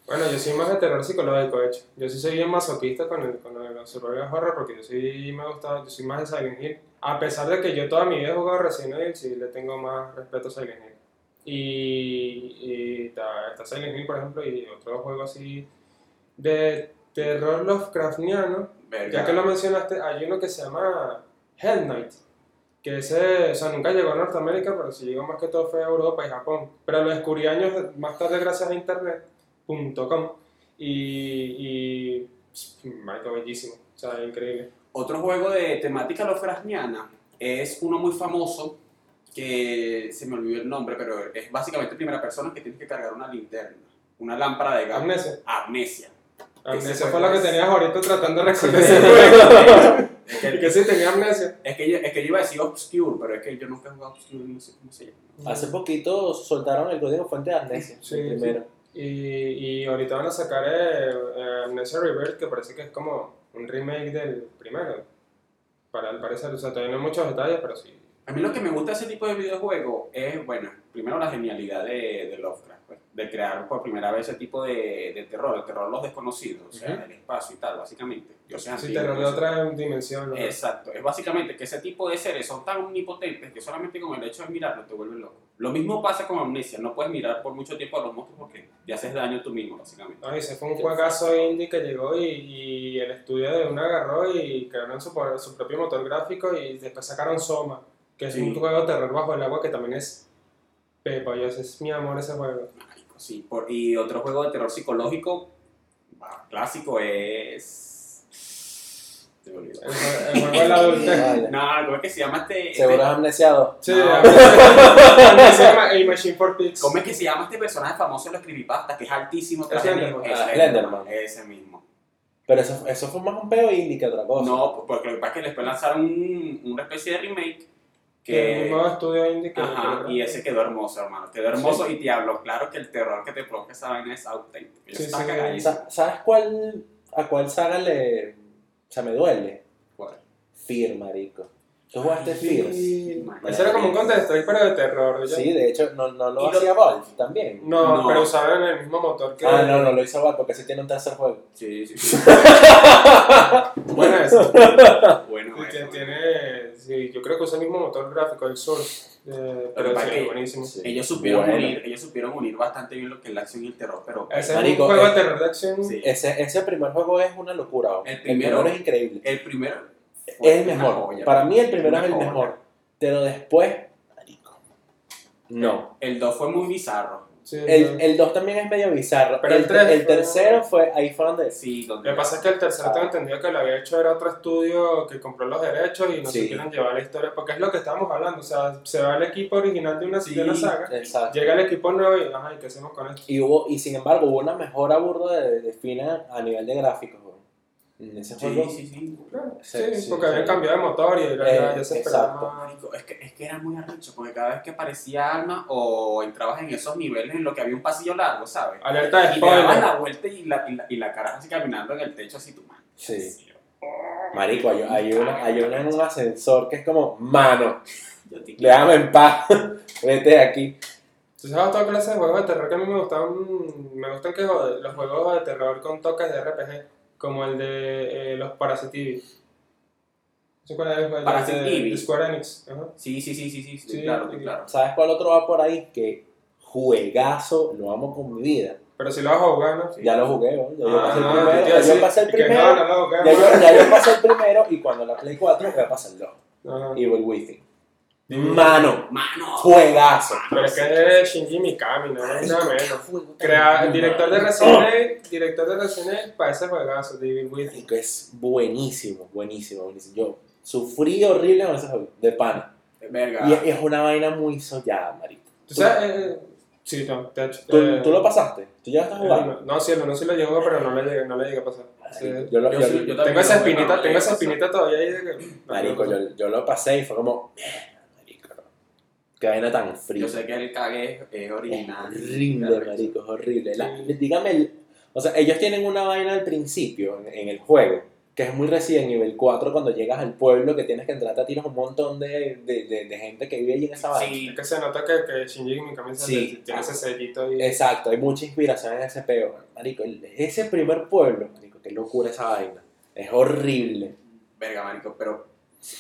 [SPEAKER 1] Bueno, yo soy más de terror psicológico, de hecho. Yo sí soy bien masoquista con el, con el survival horror porque yo sí me gusta, yo soy más de Silent Hill. A pesar de que yo toda mi vida he jugado Resident Evil, sí le tengo más respeto a Silent Hill. Y, y está, está Silent Hill, por ejemplo, y otro juego así de terror Lovecraftiano.
[SPEAKER 2] Verga.
[SPEAKER 1] Ya que lo mencionaste, hay uno que se llama Hell Knight. Que ese, o sea, nunca llegó a Norteamérica, pero sí llegó más que todo fue a Europa y Japón. Pero lo descubrí años de- más tarde gracias a internet.com. Y. y pss, marico, bellísimo. O sea, increíble.
[SPEAKER 2] Otro juego de temática lofrasniana es uno muy famoso que se me olvidó el nombre, pero es básicamente primera persona que tienes que cargar una linterna, una lámpara de gas.
[SPEAKER 1] Amnesia.
[SPEAKER 2] Amnesia.
[SPEAKER 1] Amnesia
[SPEAKER 2] Ese
[SPEAKER 1] fue la que
[SPEAKER 2] juego es-
[SPEAKER 1] tenías ahorita tratando de resolver ese juego.
[SPEAKER 2] es,
[SPEAKER 1] Y
[SPEAKER 2] que,
[SPEAKER 1] que sí tenía amnesia.
[SPEAKER 2] es, que yo, es que yo iba a decir Obscure, pero es que yo nunca he jugado Obscure, no sé cómo se llama.
[SPEAKER 3] Hace poquito soltaron el código fuente de Amnesia,
[SPEAKER 1] Sí,
[SPEAKER 3] el primero.
[SPEAKER 1] Y, y ahorita van a sacar eh, eh, Amnesia Rebirth, que parece que es como un remake del primero. Para al parecer, o sea, todavía no hay muchos detalles, pero sí.
[SPEAKER 2] A mí lo que me gusta de ese tipo de videojuegos es, bueno, primero la genialidad de, de Lovecraft, pues, de crear por primera vez ese tipo de, de terror, el terror de los desconocidos, o sea,
[SPEAKER 1] Ujú.
[SPEAKER 2] el espacio y tal, básicamente. Dioses
[SPEAKER 1] Si
[SPEAKER 2] antiguos,
[SPEAKER 1] te lo de
[SPEAKER 2] dioses-
[SPEAKER 1] otra dimensión, ¿no?
[SPEAKER 2] Exacto, Ah, es básicamente que ese tipo de seres son tan omnipotentes que solamente con el hecho de mirarlo te vuelven loco. Lo mismo pasa con amnesia, no puedes mirar por mucho tiempo a los monstruos porque te haces daño tú mismo, básicamente.
[SPEAKER 1] No, y ese fue un juegazo indie que llegó y, y el estudio de una agarró y crearon su, po- su propio motor gráfico y después sacaron Soma, que es
[SPEAKER 2] Sí.
[SPEAKER 1] un juego de terror bajo el agua que también es pepa. Yo, ese es mi amor ese juego.
[SPEAKER 2] Marico, sí, por- y otro juego de terror psicológico bah, clásico es... Te me olvidó.
[SPEAKER 1] El, jue- el
[SPEAKER 2] [laughs]
[SPEAKER 1] juego de la adultez.
[SPEAKER 3] Vale.
[SPEAKER 2] No, ¿cómo es que se llama este? este-
[SPEAKER 3] Seguro es amnesiado.
[SPEAKER 1] Sí,
[SPEAKER 2] No.
[SPEAKER 1] a [laughs] veces- se llama A Machine for Pigs.
[SPEAKER 2] ¿Cómo es que se llama este personaje famoso de los creepypastas que es altísimo? traje
[SPEAKER 1] Slenderman.
[SPEAKER 2] negro?
[SPEAKER 3] Ah, Slenderman.
[SPEAKER 2] Ese mismo.
[SPEAKER 3] Pero eso, eso fue más un peo indie que otra cosa.
[SPEAKER 2] No, porque lo que pasa es que después lanzaron un- una especie de remake
[SPEAKER 1] Que es un nuevo
[SPEAKER 2] que...
[SPEAKER 1] estudio indie que.
[SPEAKER 2] Ajá, y ese quedó hermoso, hermano. Quedó hermoso y te hablo. Claro que el terror que te provoca esa vaina es auténtico. Yo
[SPEAKER 1] Sí,
[SPEAKER 2] estaba
[SPEAKER 1] sí.
[SPEAKER 2] cagadísimo.
[SPEAKER 3] Sa- ¿Sabes cuál, a cuál saga le. O sea, me duele?
[SPEAKER 2] ¿Cuál?
[SPEAKER 3] Fear, marico. ¿Tú jugaste Fear? Sí,
[SPEAKER 1] Sí. Ese era como un Counter-Strike, pero de terror. ¿oye?
[SPEAKER 3] de hecho, no, no
[SPEAKER 2] Y
[SPEAKER 3] lo
[SPEAKER 2] lo-
[SPEAKER 3] hacía Valve también.
[SPEAKER 1] No,
[SPEAKER 2] No.
[SPEAKER 1] pero usaban el mismo motor que.
[SPEAKER 3] Ah, no, no lo hizo Valve porque ese tiene un tercer juego.
[SPEAKER 2] Sí, sí,
[SPEAKER 3] [laughs]
[SPEAKER 2] sí.
[SPEAKER 1] [laughs] Bueno, eso.
[SPEAKER 2] bueno,
[SPEAKER 1] Y que
[SPEAKER 2] bueno.
[SPEAKER 1] tiene. Sí, yo creo que usa el mismo motor gráfico, el Source. eh, pero
[SPEAKER 2] para
[SPEAKER 1] sí,
[SPEAKER 2] que-
[SPEAKER 1] buenísimo.
[SPEAKER 3] Sí.
[SPEAKER 2] Ellos supieron,
[SPEAKER 3] Bueno.
[SPEAKER 2] unir, ellos supieron unir bastante bien lo que es la acción y el terror, pero...
[SPEAKER 1] Ese es
[SPEAKER 3] Marico,
[SPEAKER 1] un juego
[SPEAKER 3] eh.
[SPEAKER 1] de terror de acción.
[SPEAKER 2] Sí.
[SPEAKER 3] Ese, ese primer juego es una locura. ¿o?
[SPEAKER 2] El primero-
[SPEAKER 3] es increíble.
[SPEAKER 2] El primero...
[SPEAKER 3] Es el
[SPEAKER 2] una
[SPEAKER 3] mejor.
[SPEAKER 2] joya.
[SPEAKER 3] Para mí el primero
[SPEAKER 2] Una
[SPEAKER 3] es el
[SPEAKER 2] joya.
[SPEAKER 3] mejor. Pero después, marico. No.
[SPEAKER 2] El 2 fue muy bizarro.
[SPEAKER 1] Sí,
[SPEAKER 3] El, el 2 también es medio bizarro.
[SPEAKER 1] Pero
[SPEAKER 3] el,
[SPEAKER 1] el tres
[SPEAKER 3] te- el
[SPEAKER 1] fue-
[SPEAKER 3] tercero fue ahí fue donde
[SPEAKER 2] Sí,
[SPEAKER 1] Lo
[SPEAKER 2] donde...
[SPEAKER 1] que pasa es que el tercero tengo entendido que lo había hecho era otro estudio que compró los derechos y no
[SPEAKER 3] Sí.
[SPEAKER 1] se quieren llevar la historia, porque es lo que estábamos hablando, o sea, se va el equipo original de una,
[SPEAKER 2] Sí.
[SPEAKER 1] de una saga,
[SPEAKER 3] Exacto.
[SPEAKER 1] llega el equipo nuevo y, ajá, ¿y qué hacemos con esto?
[SPEAKER 3] Y, hubo, y sin embargo, hubo una mejora burda de, de Fina a nivel de gráficos. güey. En ese
[SPEAKER 2] Sí,
[SPEAKER 3] juego.
[SPEAKER 2] sí, sí.
[SPEAKER 1] Claro,
[SPEAKER 3] Sí,
[SPEAKER 1] sí,
[SPEAKER 3] sí,
[SPEAKER 1] porque
[SPEAKER 3] sí.
[SPEAKER 1] habían cambiado de motor y era-
[SPEAKER 3] Eh,
[SPEAKER 1] ya, ya se esperaba
[SPEAKER 3] exacto.
[SPEAKER 1] más.
[SPEAKER 2] Marico, es que, es que era muy arrecho, porque cada vez que aparecía alma o entrabas en esos niveles en lo que había un pasillo largo, ¿sabes?
[SPEAKER 1] Alerta de
[SPEAKER 2] Y te dabas
[SPEAKER 1] spoiler.
[SPEAKER 2] la vuelta y la, y la, y la caraja así caminando en el techo así tu mano.
[SPEAKER 3] Sí. Marico, hay, hay una, hay una en un ascensor que es como, mano,
[SPEAKER 2] Yo te quiero.
[SPEAKER 3] déjame en paz, [laughs] vete de aquí.
[SPEAKER 1] Tú sabes toda clase de juegos de terror que a mí me gustan, me gustan que jode- los juegos de terror con toques de RPG, como el de eh, los Parasitivi. ¿No sé cuál es el juego? de-
[SPEAKER 2] Parasite
[SPEAKER 1] de,
[SPEAKER 2] Eve.
[SPEAKER 1] de Square Enix? Ajá.
[SPEAKER 2] Sí, sí, sí, sí, sí, sí,
[SPEAKER 1] Sí,
[SPEAKER 2] claro,
[SPEAKER 1] sí.
[SPEAKER 2] claro.
[SPEAKER 3] ¿Sabes cuál otro va por ahí? Que juegazo, lo amo con mi vida.
[SPEAKER 1] Pero si lo vas a jugar, ¿no?
[SPEAKER 3] Ya lo jugué, ¿no? ya yo pasé el
[SPEAKER 1] Ah, te iba a decir
[SPEAKER 3] primero, ya yo pasé el
[SPEAKER 1] que no,
[SPEAKER 3] primero,
[SPEAKER 1] no, no, que
[SPEAKER 3] ya yo, ya yo pasé el primero y cuando la Play 4 voy a pasar el 2.
[SPEAKER 1] no. Ajá.
[SPEAKER 3] Evil Within.
[SPEAKER 1] Divino.
[SPEAKER 3] Mano,
[SPEAKER 2] ¡Mano!
[SPEAKER 3] juegazo.
[SPEAKER 1] Pero es que es Shinji Mikami, no es nada menos. Crea, el director de
[SPEAKER 3] [coughs]
[SPEAKER 1] Resident
[SPEAKER 3] Resident
[SPEAKER 1] Evil, director de Resident Evil, para ese juegazo, David Whitney.
[SPEAKER 3] Es buenísimo, buenísimo, buenísimo. Yo sufrí horrible con ese juego, de pana.
[SPEAKER 2] Verga.
[SPEAKER 3] Y es- es una vaina muy soñada, marico.
[SPEAKER 1] ¿Tú sabes? eh, sí, no, te
[SPEAKER 3] ¿Tú,
[SPEAKER 1] eh,
[SPEAKER 3] tú lo pasaste? ¿Tú ya estás
[SPEAKER 1] eh,
[SPEAKER 3] jugando?
[SPEAKER 1] no, No, sí, no, no sí lo llegó, pero no le llegué, no le llegué a pasar. Sí.
[SPEAKER 3] Yo lo,
[SPEAKER 2] Yo
[SPEAKER 3] yo-
[SPEAKER 2] sí, yo también
[SPEAKER 1] Tengo esa
[SPEAKER 2] lo jugué,
[SPEAKER 1] espinita,
[SPEAKER 2] no,
[SPEAKER 1] tengo esa
[SPEAKER 2] no,
[SPEAKER 1] espinita todavía ahí de que.
[SPEAKER 3] marico, yo, yo lo pasé y fue como, "Mierda, marico, qué vaina tan fría.
[SPEAKER 2] Yo sé que el cague es, es
[SPEAKER 3] Es
[SPEAKER 2] original.
[SPEAKER 3] horrible,
[SPEAKER 2] Claro.
[SPEAKER 3] marico, es horrible. La-
[SPEAKER 1] Sí.
[SPEAKER 3] dígame, el- o sea, ellos tienen una vaina al principio en, en el juego que es muy Resident Evil 4 cuando llegas al pueblo que tienes que entrar a tiros un montón de, de, de- de gente que vive allí en esa vaina.
[SPEAKER 1] Es que se nota que, que Shinji mi camisa
[SPEAKER 3] Sí.
[SPEAKER 1] tiene ese sellito ahí.
[SPEAKER 3] Exacto, hay mucha inspiración en ese peo. Marico, el- ese primer pueblo, marico, qué locura esa vaina. Es horrible.
[SPEAKER 2] Verga, marico, pero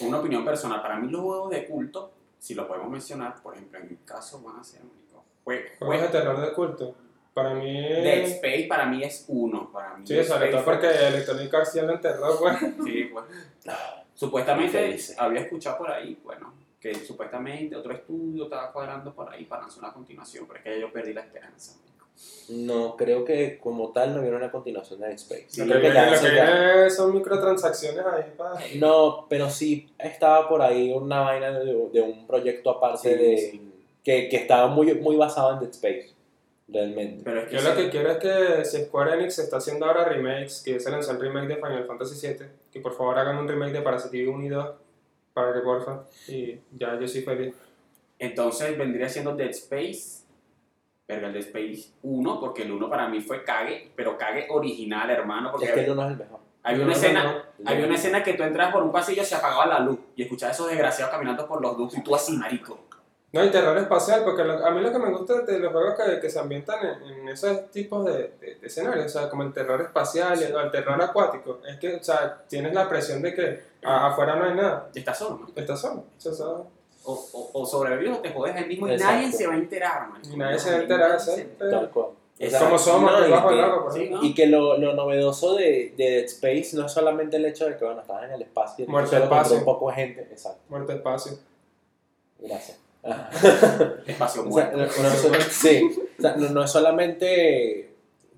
[SPEAKER 2] una opinión personal. Para mí los juegos de culto, si lo podemos mencionar, por ejemplo, en mi caso van a ser, marico, jue-
[SPEAKER 1] Juegos de
[SPEAKER 2] juegos
[SPEAKER 1] terror de culto. Para mí.
[SPEAKER 2] Dead Space para mí es uno. Para mí
[SPEAKER 1] Sí,
[SPEAKER 2] Dead
[SPEAKER 1] sobre
[SPEAKER 2] Space
[SPEAKER 1] todo
[SPEAKER 2] fue-
[SPEAKER 1] porque Electronic Arts ya lo enterró, pues. güey. [laughs]
[SPEAKER 2] Sí, bueno.
[SPEAKER 3] ¿Qué
[SPEAKER 2] Supuestamente
[SPEAKER 3] dice?
[SPEAKER 2] había escuchado por ahí, bueno, que supuestamente otro estudio estaba cuadrando por ahí para lanzar una continuación, pero es que ya yo perdí la esperanza. marico.
[SPEAKER 3] No, creo que como tal no viene una continuación de Dead Space.
[SPEAKER 1] Lo
[SPEAKER 3] Yo
[SPEAKER 1] que
[SPEAKER 3] creo que
[SPEAKER 1] viene,
[SPEAKER 3] ya
[SPEAKER 1] lo
[SPEAKER 3] eso
[SPEAKER 1] que
[SPEAKER 3] ya-
[SPEAKER 1] viene son microtransacciones ahí para.
[SPEAKER 3] No, pero sí estaba por ahí una vaina de, de un proyecto aparte
[SPEAKER 2] Sí,
[SPEAKER 3] de
[SPEAKER 2] sí.
[SPEAKER 3] Que, que estaba muy, muy basado en Dead Space, realmente.
[SPEAKER 2] Pero es que
[SPEAKER 1] Yo lo que quiero es que si Square Enix está haciendo ahora remakes, que se lanzó el remake de Final Fantasy VII, que por favor hagan un remake de Parasite Eve 1 y 2 para que porfa. Y ya yo soy feliz.
[SPEAKER 2] Entonces vendría siendo Dead Space. Verga, el Dead Space 1, porque el 1 para mí fue cague, pero cague original, hermano. Porque
[SPEAKER 3] Es que el uno es el mejor.
[SPEAKER 2] había,
[SPEAKER 1] Yo
[SPEAKER 2] una
[SPEAKER 1] no,
[SPEAKER 2] escena,
[SPEAKER 1] no,
[SPEAKER 2] había una escena que tú entras por un pasillo, se apagaba la luz y escuchabas a esos desgraciados caminando por los ductos y tú así, marico.
[SPEAKER 1] No, y terror espacial, porque lo- a mí lo que me gusta de los juegos que, que se ambientan en, en esos tipos de, de- de escenarios, o sea, como el terror espacial o el terror acuático, es que, o sea, tienes la presión de que a- afuera no hay nada,
[SPEAKER 2] Y estás solo, marico.
[SPEAKER 1] estás solo, o sea, solo.
[SPEAKER 2] O, o, o sobrevives o te jodes el mismo y
[SPEAKER 3] Exacto.
[SPEAKER 2] nadie se va a enterar, marico.
[SPEAKER 1] Y nadie se va a enterar,
[SPEAKER 2] nadie se-
[SPEAKER 1] ¿sí? Pero-
[SPEAKER 3] Tal cual.
[SPEAKER 2] Es
[SPEAKER 3] O sea,
[SPEAKER 1] Como somos,
[SPEAKER 3] no, y
[SPEAKER 1] debajo del
[SPEAKER 3] que-
[SPEAKER 1] agua, pues, por
[SPEAKER 2] Sí,
[SPEAKER 1] ejemplo.
[SPEAKER 2] ¿no?
[SPEAKER 3] Y que lo, lo novedoso de, de Dead Space no es solamente el hecho de que bueno, estabas en el espacio y
[SPEAKER 1] Muerte
[SPEAKER 3] solo
[SPEAKER 1] al paso.
[SPEAKER 3] contra un poco de gente. Exacto,
[SPEAKER 1] Muerto espacio.
[SPEAKER 3] gracias. Ajá.
[SPEAKER 2] Espacio
[SPEAKER 3] [laughs] O sea,
[SPEAKER 2] muerto.
[SPEAKER 3] no, no es solo- sí, o sea, no, no es solamente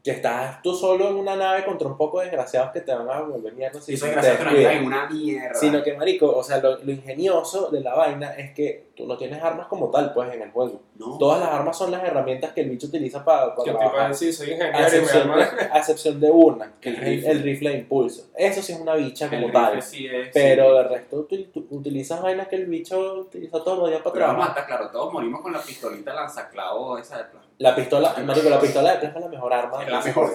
[SPEAKER 3] que estás tú solo en una nave contra un poco de desgraciados que te van a volver mierda si
[SPEAKER 2] Y eso
[SPEAKER 3] te
[SPEAKER 2] es gracioso que nos
[SPEAKER 3] descuidas.
[SPEAKER 2] ayudan en una mierda.
[SPEAKER 3] Sino que, marico, o sea, lo, lo ingenioso de la vaina es que tú no tienes armas como tal, pues, en el juego.
[SPEAKER 2] no.
[SPEAKER 3] Todas las armas son las herramientas que el bicho utiliza para,
[SPEAKER 1] Que
[SPEAKER 3] para
[SPEAKER 1] te iba a
[SPEAKER 3] trabajar.
[SPEAKER 1] decir, soy
[SPEAKER 3] A
[SPEAKER 1] ingeniero y me
[SPEAKER 3] excepción, de, [laughs]
[SPEAKER 1] llaman.
[SPEAKER 3] a excepción de una, que
[SPEAKER 2] El
[SPEAKER 3] es el,
[SPEAKER 2] rifle.
[SPEAKER 3] el rifle de impulso. Eso sí es una bicha
[SPEAKER 2] El
[SPEAKER 3] como
[SPEAKER 2] rifle
[SPEAKER 3] tal.
[SPEAKER 2] sí es-
[SPEAKER 3] Pero
[SPEAKER 2] sí.
[SPEAKER 3] el resto tú- tú utilizas vainas que el bicho utiliza todos los días para
[SPEAKER 2] Pero vamos a
[SPEAKER 3] trabajar.
[SPEAKER 2] estar claro, todos morimos con la pistolita lanzaclavo esa de plástico.
[SPEAKER 3] La pistola, marico, la pistola de plasma es la mejor arma.
[SPEAKER 2] Es la mejor.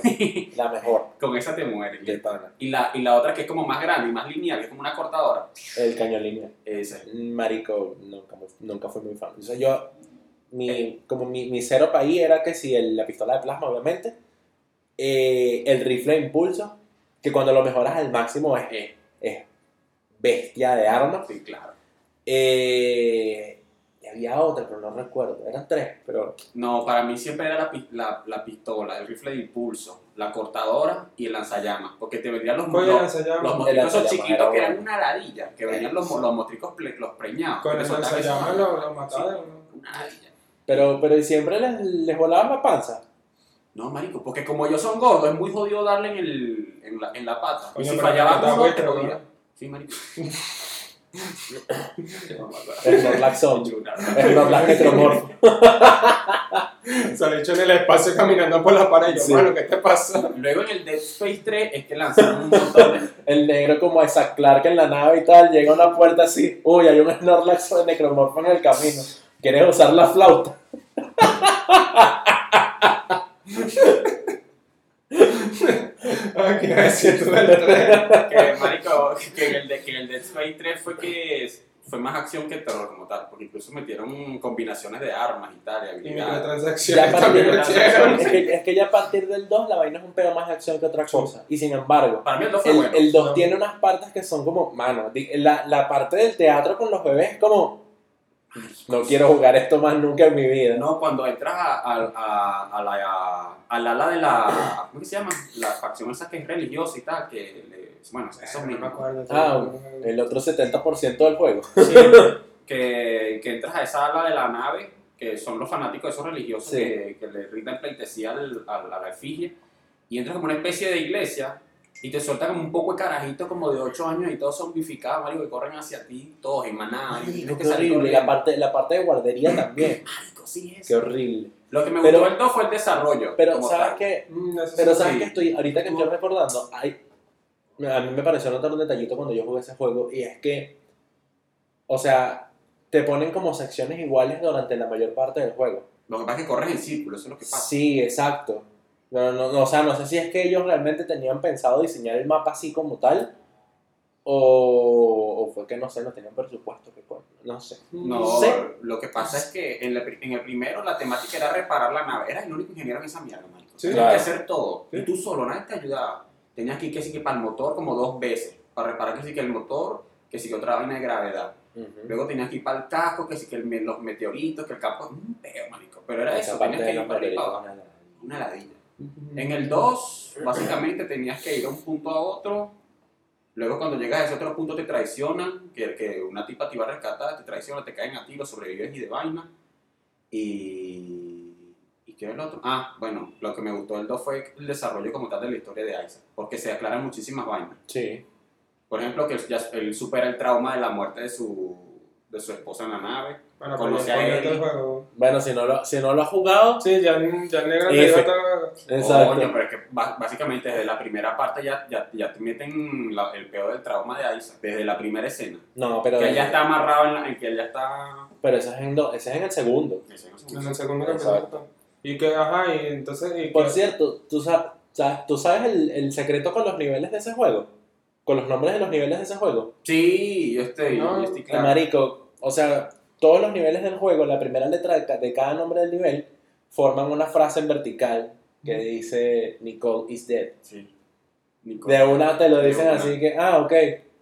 [SPEAKER 3] La mejor.
[SPEAKER 2] [laughs] con esa te mueres.
[SPEAKER 3] De pana.
[SPEAKER 2] Y la, y la otra que es como más grande y más lineal, que es como una cortadora.
[SPEAKER 3] El cañón lineal.
[SPEAKER 2] Esa.
[SPEAKER 3] Marico, nunca, mu- nunca fui muy fan. O sea, yo,
[SPEAKER 2] Eh.
[SPEAKER 3] mi, como mi, mi cero para ahí era que si el- la pistola de plasma, obviamente, eh, el rifle de impulso, que cuando lo mejoras al máximo es,
[SPEAKER 2] Eh,
[SPEAKER 3] es bestia de arma.
[SPEAKER 2] sí, claro.
[SPEAKER 3] Eh, y había otra, pero no recuerdo. Eran tres, pero
[SPEAKER 2] No, para mí siempre era la, pi- la, la pistola, el rifle de impulso, la cortadora y el lanzallamas. Porque te vendían los,
[SPEAKER 1] Voy a
[SPEAKER 2] los,
[SPEAKER 1] lanzar llamas.
[SPEAKER 2] los motricos esos
[SPEAKER 3] lanzallamas
[SPEAKER 2] chiquitos
[SPEAKER 3] era
[SPEAKER 2] que eran
[SPEAKER 3] bueno.
[SPEAKER 2] una ladilla, que venían los, mo- los motricos ple- los preñados.
[SPEAKER 1] Con
[SPEAKER 2] que
[SPEAKER 1] el
[SPEAKER 2] soltaban esa
[SPEAKER 1] lanzallamas
[SPEAKER 2] madre.
[SPEAKER 1] lo, lo mataba.
[SPEAKER 3] [laughs]
[SPEAKER 1] ¿no?
[SPEAKER 2] Una ladilla.
[SPEAKER 3] pero, pero siempre les, les volaban la panza.
[SPEAKER 2] No, marico, porque como ellos son gordos, es muy jodido darle en, el, en, la, en la pata.
[SPEAKER 1] Coño,
[SPEAKER 2] y si
[SPEAKER 1] pero
[SPEAKER 2] fallabas
[SPEAKER 1] te da
[SPEAKER 2] uno, te
[SPEAKER 1] vuelta,
[SPEAKER 2] jodía.
[SPEAKER 1] ¿no? [laughs]
[SPEAKER 2] Sí, marico.
[SPEAKER 3] El Norlax Zombie. El
[SPEAKER 2] [laughs]
[SPEAKER 3] Norlax Metromorfo.
[SPEAKER 1] Se lo echó en el espacio caminando por la pared. Y yo,
[SPEAKER 3] Sí.
[SPEAKER 1] mano, ¿qué te
[SPEAKER 3] [laughs]
[SPEAKER 1] pasa? [laughs]
[SPEAKER 2] Luego en el Dead Space 3 es que lanzaron un montón de...
[SPEAKER 3] El negro como Isaac Clarke en la nave y tal, llega a una puerta así, uy, hay un Snorlax de necromorfo en el camino. ¿Quieres usar la flauta?
[SPEAKER 1] Ah, ¿Qué iba a decir tú del tren?
[SPEAKER 2] Que, marico, que en, el de, que en el Dead Space 3 fue que es- fue más acción que terror como tal, porque incluso metieron combinaciones de armas y tal, y
[SPEAKER 1] Y
[SPEAKER 2] habilidades.
[SPEAKER 1] microtransacciones
[SPEAKER 3] Ya
[SPEAKER 1] también
[SPEAKER 3] para-
[SPEAKER 1] lo hicieron.
[SPEAKER 3] Es que, es que ya a partir del 2 la vaina es un pedo más de acción que otra cosa. Y sin embargo,
[SPEAKER 2] Para mí el 2 fue
[SPEAKER 3] el,
[SPEAKER 2] bueno.
[SPEAKER 3] el 2
[SPEAKER 1] No.
[SPEAKER 3] tiene unas partes que son como, mano, di- la, la parte del teatro con los bebés es como, no quiero jugar esto más nunca en mi vida.
[SPEAKER 2] No, cuando entras a, a- a- a la, a- al ala de la... ¿Cómo que se llama? La facción esa que es religiosa y tal, que... le- bueno, eso
[SPEAKER 1] No me
[SPEAKER 2] mismo.
[SPEAKER 1] acuerdo.
[SPEAKER 3] Ah, El otro 70% del juego.
[SPEAKER 2] Sí,
[SPEAKER 3] [laughs]
[SPEAKER 2] que, que entras a esa ala de la nave, que son los fanáticos esos religiosos
[SPEAKER 3] Sí.
[SPEAKER 2] que, que le rinden pleitesía al- al- a la efigie, y entras como una especie de iglesia y te suelta como un poco de carajito como de 8 años y todos zombificados, marico, que corren hacia ti, todos en maná, y
[SPEAKER 3] Marico,
[SPEAKER 2] tienes que
[SPEAKER 3] qué
[SPEAKER 2] salir
[SPEAKER 3] horrible. La
[SPEAKER 2] corriendo.
[SPEAKER 3] parte, la parte de guardería también.
[SPEAKER 2] Marico, sí, es.
[SPEAKER 3] Qué horrible.
[SPEAKER 2] Lo que me
[SPEAKER 3] Pero-
[SPEAKER 2] gustó del 2 fue el desarrollo.
[SPEAKER 3] Pero
[SPEAKER 2] como
[SPEAKER 3] sabes
[SPEAKER 2] tal.
[SPEAKER 3] que,
[SPEAKER 1] [laughs] Mm, eso
[SPEAKER 3] pero
[SPEAKER 1] sí.
[SPEAKER 3] sabes
[SPEAKER 2] Sí.
[SPEAKER 3] que estoy, ahorita que estoy recordando, hay, a mí me pareció notar un detallito cuando yo jugué ese juego y es que, o sea, te ponen como secciones iguales durante la mayor parte del juego.
[SPEAKER 2] Lo que pasa es que corres en círculo, eso es lo que pasa.
[SPEAKER 3] Sí, exacto. No, no, no, o sea, no sé si es que ellos realmente tenían pensado diseñar el mapa así como tal, O, o fue que no sé, no tenían presupuesto, que coño, no sé.
[SPEAKER 2] No,
[SPEAKER 3] Sí.
[SPEAKER 2] lo que pasa es que en, la pri- en el primero la temática era reparar la nave. Eras el único ingeniero en esa mierda, man.
[SPEAKER 1] Sí.
[SPEAKER 2] Tenías
[SPEAKER 3] Claro.
[SPEAKER 2] que hacer todo.
[SPEAKER 1] Sí.
[SPEAKER 2] Y tú solo, nadie te ayudaba. Tenías que ir que sí que para el motor como dos veces. Para reparar que sí que el motor, que sí que otra vaina de gravedad.
[SPEAKER 3] Ujú.
[SPEAKER 2] Luego tenías que ir para el casco, que sí que el me- los meteoritos, que el campo. Un peo, marico. Pero era
[SPEAKER 3] Esa
[SPEAKER 2] eso,
[SPEAKER 3] parte
[SPEAKER 2] tenías que
[SPEAKER 3] de los
[SPEAKER 2] ir para arriba y para abajo.
[SPEAKER 3] perritos,
[SPEAKER 2] Una ladilla. En el 2, básicamente tenías que ir a un punto a otro. Luego, cuando llegas a ese otro punto, te traicionan. Que, que una tipa te iba a rescatar, te traiciona, te caen a ti, lo sobrevives y de vaina. Y. ¿Y qué es el otro? Ah, bueno, lo que me gustó del 2 fue el desarrollo como tal de la historia de Isaac. Porque se aclaran muchísimas vainas.
[SPEAKER 3] Sí.
[SPEAKER 2] Por ejemplo, que él, ya- él supera el trauma de la muerte de su, de su esposa en la nave.
[SPEAKER 1] Bueno,
[SPEAKER 2] Como
[SPEAKER 1] pues
[SPEAKER 2] sea
[SPEAKER 1] ya
[SPEAKER 2] Eli.
[SPEAKER 1] todo el juego.
[SPEAKER 3] Bueno, si no lo, si no lo has jugado,
[SPEAKER 1] Sí, ya, ya el negro te
[SPEAKER 3] F.
[SPEAKER 1] dio todo el
[SPEAKER 2] Oh,
[SPEAKER 1] juego.
[SPEAKER 2] Coño, pero es que ba- básicamente desde la primera parte ya, ya, ya te meten la- el peor del trauma de Isaac. Desde la primera escena.
[SPEAKER 3] No, pero,
[SPEAKER 2] Que él ya está amarrado en, la- en que él ya está.
[SPEAKER 3] pero eso es en, do- ese es en el segundo.
[SPEAKER 1] En el segundo
[SPEAKER 3] Exacto.
[SPEAKER 1] campeonato. Y que, ajá, y entonces. Y
[SPEAKER 3] Por
[SPEAKER 1] que-
[SPEAKER 3] cierto, ¿tú sa- sa- tú sabes, el, el secreto con los niveles de ese juego? Con los nombres de los niveles de ese juego.
[SPEAKER 2] Sí, yo estoy,
[SPEAKER 1] No,
[SPEAKER 2] yo estoy
[SPEAKER 3] El
[SPEAKER 2] claro.
[SPEAKER 3] Marico, o sea, todos los niveles del juego, la primera letra de, ca- de cada nombre del nivel, forman una frase en vertical que dice Nicole is dead.
[SPEAKER 2] Sí. Nicole.
[SPEAKER 3] De una te lo
[SPEAKER 2] De
[SPEAKER 3] dicen
[SPEAKER 2] una.
[SPEAKER 3] así que, ah, ok,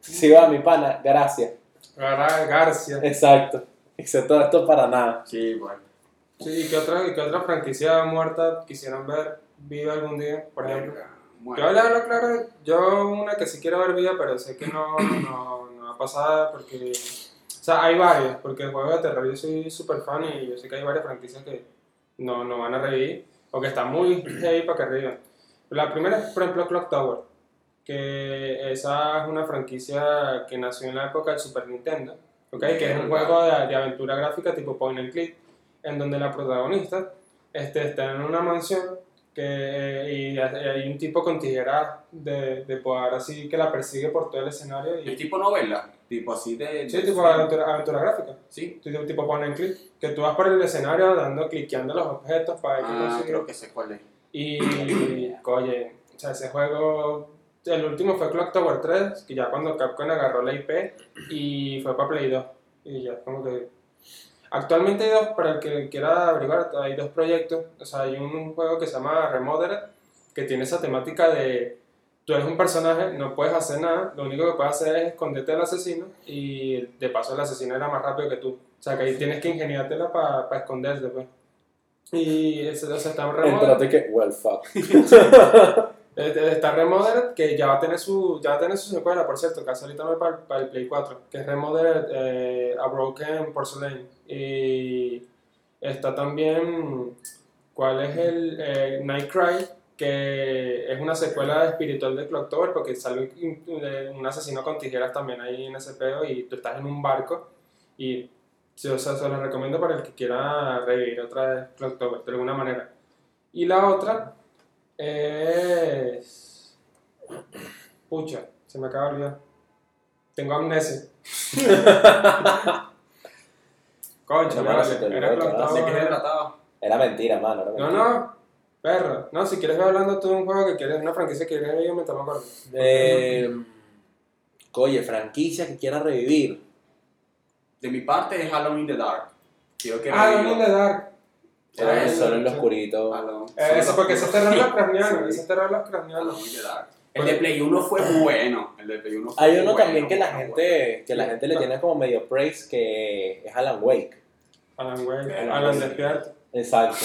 [SPEAKER 3] sí va mi pana, gracias.
[SPEAKER 1] Gara- Garcia.
[SPEAKER 3] Eh. Exacto. Hice todo esto para nada.
[SPEAKER 2] Sí, bueno.
[SPEAKER 1] Sí, ¿y qué, otra, y qué otra franquicia muerta quisieran ver viva algún día, por ejemplo?
[SPEAKER 2] Verga,
[SPEAKER 1] Yo
[SPEAKER 2] muerto.
[SPEAKER 1] hablarlo claro, yo una que sí quiero ver viva, pero sé que no, no, no va a pasar porque... O sea, hay varias, porque el juego de terror yo soy súper fan y yo sé que hay varias franquicias que no, no van a revivir o que están muy heavy para que revivan. La primera es, por ejemplo, Clock Tower, que esa es una franquicia que nació en la época del Super Nintendo, ¿ok? que es un juego de, de aventura gráfica tipo point and click, en donde la protagonista este, está en una mansión que, eh, y hay un tipo con tijeras de, de poder así que la persigue por todo el escenario.
[SPEAKER 2] Es
[SPEAKER 1] Y,
[SPEAKER 2] tipo novela, tipo así de.
[SPEAKER 1] sí,
[SPEAKER 2] de-
[SPEAKER 1] tipo aventura, aventura gráfica.
[SPEAKER 2] Sí.
[SPEAKER 1] Tipo, tipo pon en clic, que tú vas por el escenario dando, cliqueando los objetos para ver qué
[SPEAKER 2] Ah,
[SPEAKER 1] consigues.
[SPEAKER 2] creo que sé cuál es.
[SPEAKER 1] Y, oye, o sea, ese juego, el último fue Clock Tower 3, que ya cuando Capcom agarró la IP y fue para Play 2. Y ya, como que... Actualmente hay dos, para el que quiera averiguar, hay dos proyectos. O sea, hay un juego que se llama Remodeled, que tiene esa temática de... Tú eres un personaje, no puedes hacer nada, lo único que puedes hacer es esconderte del asesino y de paso el asesino era más rápido que tú. O sea, que ahí tienes que ingeniártela para esconderte, pues. Y eso, o sea, está en Remodeled.
[SPEAKER 3] Entrate que, well, fuck.
[SPEAKER 1] Eh, eh, Está Remodeled, que ya va a tener su, ya va a tener su secuela, por cierto, que hace ahorita para, para el Play 4, que es Remodeled eh, A Broken Porcelain. Y está también, ¿cuál es el eh, Nightcry? Que es una secuela espiritual de Clock Tower, porque sale un, eh, un asesino con tijeras también ahí en ese pedo, y tú estás en un barco. Y sí, o sea, se lo recomiendo para el que quiera revivir otra vez Clock Tower, de alguna manera. Y la otra es. Pucha, se me acaba de olvidar. Tengo amnesia. Concha,
[SPEAKER 3] Hermano, se te
[SPEAKER 1] vale.
[SPEAKER 3] olvidó,
[SPEAKER 1] Era
[SPEAKER 3] cabrón.
[SPEAKER 1] plantado.
[SPEAKER 2] ¿De qué se trataba?
[SPEAKER 3] Era mentira, mano. Era
[SPEAKER 1] No,
[SPEAKER 3] mentira.
[SPEAKER 1] no. Perro. No, si quieres ver hablando tú de un juego que quieres, una franquicia que quieres yo me tomo acuerdo.
[SPEAKER 3] Eh, oye, franquicia que quiera revivir.
[SPEAKER 2] De mi parte es Halloween in the Dark. Quiero que
[SPEAKER 1] Ah,
[SPEAKER 2] me
[SPEAKER 1] Alone in
[SPEAKER 2] diga-
[SPEAKER 1] the Dark.
[SPEAKER 2] Ah,
[SPEAKER 3] Ah,
[SPEAKER 1] eso,
[SPEAKER 3] solo en lo
[SPEAKER 1] sí.
[SPEAKER 3] oscurito.
[SPEAKER 2] Halloween-
[SPEAKER 1] Eh, eso, porque eso es terror
[SPEAKER 2] [laughs]
[SPEAKER 1] los
[SPEAKER 2] Sí.
[SPEAKER 1] cranianos. Eso es terror los cranianos.
[SPEAKER 2] Halloween in the Dark. El de Play 1 fue bueno. El de Play 1 fue
[SPEAKER 3] Hay uno
[SPEAKER 2] bueno,
[SPEAKER 3] también que la
[SPEAKER 2] bueno,
[SPEAKER 3] gente, que la gente le
[SPEAKER 1] No.
[SPEAKER 3] tiene como medio praise que es Alan Wake.
[SPEAKER 1] Alan Wake,
[SPEAKER 2] Alan
[SPEAKER 1] Alan
[SPEAKER 3] pues.
[SPEAKER 2] Wake.
[SPEAKER 1] Despierto.
[SPEAKER 3] Exacto.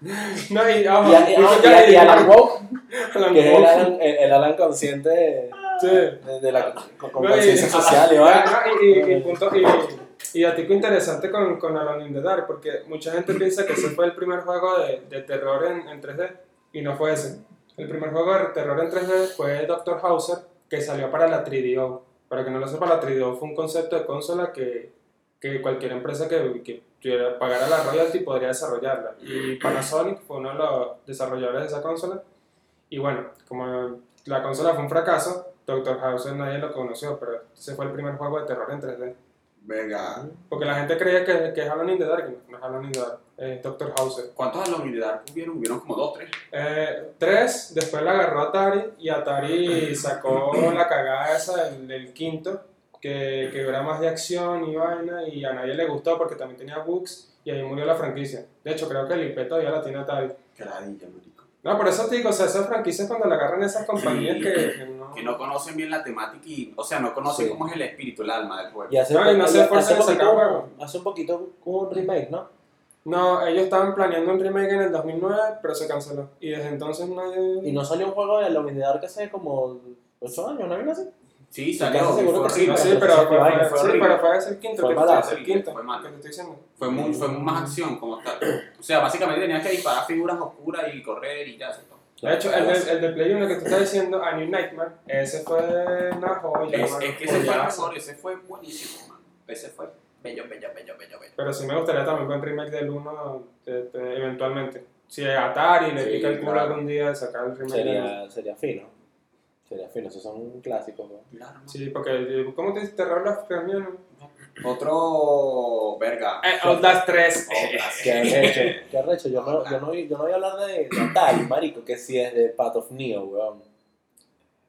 [SPEAKER 1] No, y
[SPEAKER 3] Y,
[SPEAKER 1] ojo, [laughs]
[SPEAKER 3] y-
[SPEAKER 1] mucho
[SPEAKER 3] y-
[SPEAKER 1] que-
[SPEAKER 3] y Alan Wake,
[SPEAKER 1] Alan
[SPEAKER 3] que es el
[SPEAKER 1] Wake.
[SPEAKER 3] Alan, el, el Alan consciente de,
[SPEAKER 1] Sí.
[SPEAKER 3] de la con- con
[SPEAKER 1] Ah, No, y- [laughs]
[SPEAKER 3] conciencia social. Y, vaina.
[SPEAKER 1] Ah, no, y, y, y punto, y, y datico interesante con, con Alone in the Dark, porque mucha gente piensa que ese fue el primer juego de, de terror en, en 3D, y no fue ese. El primer juego de terror en 3D fue Doctor Hauser, que salió para la 3DO. Para que no lo sepa, la 3DO fue un concepto de consola que, que cualquier empresa que, que tuviera, pagara la royalty podría desarrollarla. Y Panasonic fue uno de los desarrolladores de esa consola. Y bueno, como la consola fue un fracaso, Doctor House nadie lo conoció, pero ese fue el primer juego de terror en 3D.
[SPEAKER 4] Verga.
[SPEAKER 1] Porque la gente creía que, que es Alone in the Dark, no, no es Alone in the Dark, es Doctor House.
[SPEAKER 2] ¿Cuántos a la unidad hubieron? Hubieron como dos, tres.
[SPEAKER 1] Eh, tres, después la agarró Atari y Atari sacó la cagada esa del, del quinto, que, que era más de acción y vaina, y a nadie le gustó porque también tenía bugs y ahí murió la franquicia. De hecho, creo que el IP todavía la tiene Atari.
[SPEAKER 2] Qué ladilla, marico.
[SPEAKER 1] No, por eso te digo, o sea, esas franquicias cuando la agarran esas compañías
[SPEAKER 2] Sí.
[SPEAKER 1] que, que no...
[SPEAKER 2] Que no conocen bien la temática y, o sea, no conocen
[SPEAKER 3] Sí.
[SPEAKER 2] cómo es el espíritu, el alma del juego.
[SPEAKER 3] Y hace,
[SPEAKER 1] No, y no se
[SPEAKER 3] poco- hace,
[SPEAKER 1] esfuerzan en sacar
[SPEAKER 3] poquito,
[SPEAKER 1] juego.
[SPEAKER 3] hace un poquito hubo un remake, ¿no?
[SPEAKER 1] No, ellos estaban planeando un remake en el 2009, pero se canceló. Y desde entonces nadie...
[SPEAKER 3] Y no salió un juego de la unidad que hace como 8 años, ¿no? ¿No? sé.
[SPEAKER 2] Sí,
[SPEAKER 3] casi
[SPEAKER 2] salió. y Fue,
[SPEAKER 3] seguro que sí,
[SPEAKER 1] No,
[SPEAKER 2] horrible.
[SPEAKER 1] sí, pero
[SPEAKER 3] pero fue-
[SPEAKER 1] fue,
[SPEAKER 3] fue-
[SPEAKER 1] fue-
[SPEAKER 3] fue
[SPEAKER 1] sí,
[SPEAKER 3] horrible.
[SPEAKER 1] pero fue ese el quinto,
[SPEAKER 3] Fue
[SPEAKER 1] que,
[SPEAKER 3] mala.
[SPEAKER 1] es el quinto
[SPEAKER 2] Fue mala.
[SPEAKER 1] que te estoy diciendo.
[SPEAKER 2] Fue muy- fue más acción como tal. O sea, básicamente tenías que disparar figuras oscuras y correr y ya. eso es todo.
[SPEAKER 1] De hecho, el de, el de Play 1 que tú estás diciendo, A New Nightmare, ese fue una joya.
[SPEAKER 2] Es,
[SPEAKER 1] mano,
[SPEAKER 2] es que ese fue el
[SPEAKER 1] joyazo.
[SPEAKER 2] mejor, ese fue buenísimo, man. Ese fue bello, bello, bello, bello, bello.
[SPEAKER 1] Pero sí me gustaría también ver un remake del 1 este, eventualmente. Si Atari le
[SPEAKER 2] Sí,
[SPEAKER 1] pica el culo
[SPEAKER 2] claro.
[SPEAKER 1] algún día de sacar el remake. del-
[SPEAKER 3] Sería, sería fino. Sería fino, esos son clásicos, ¿no?
[SPEAKER 2] Claro,
[SPEAKER 1] Sí, porque ¿cómo te dice Terror of Reunion?
[SPEAKER 2] man. Otro verga.
[SPEAKER 1] Eh, Outlast 3.
[SPEAKER 3] Qué arrecho, qué arrecho. Yo no, yo, no, vi- yo no voy a hablar de, de Atari, marico, que sí es de Path of Neo, weón.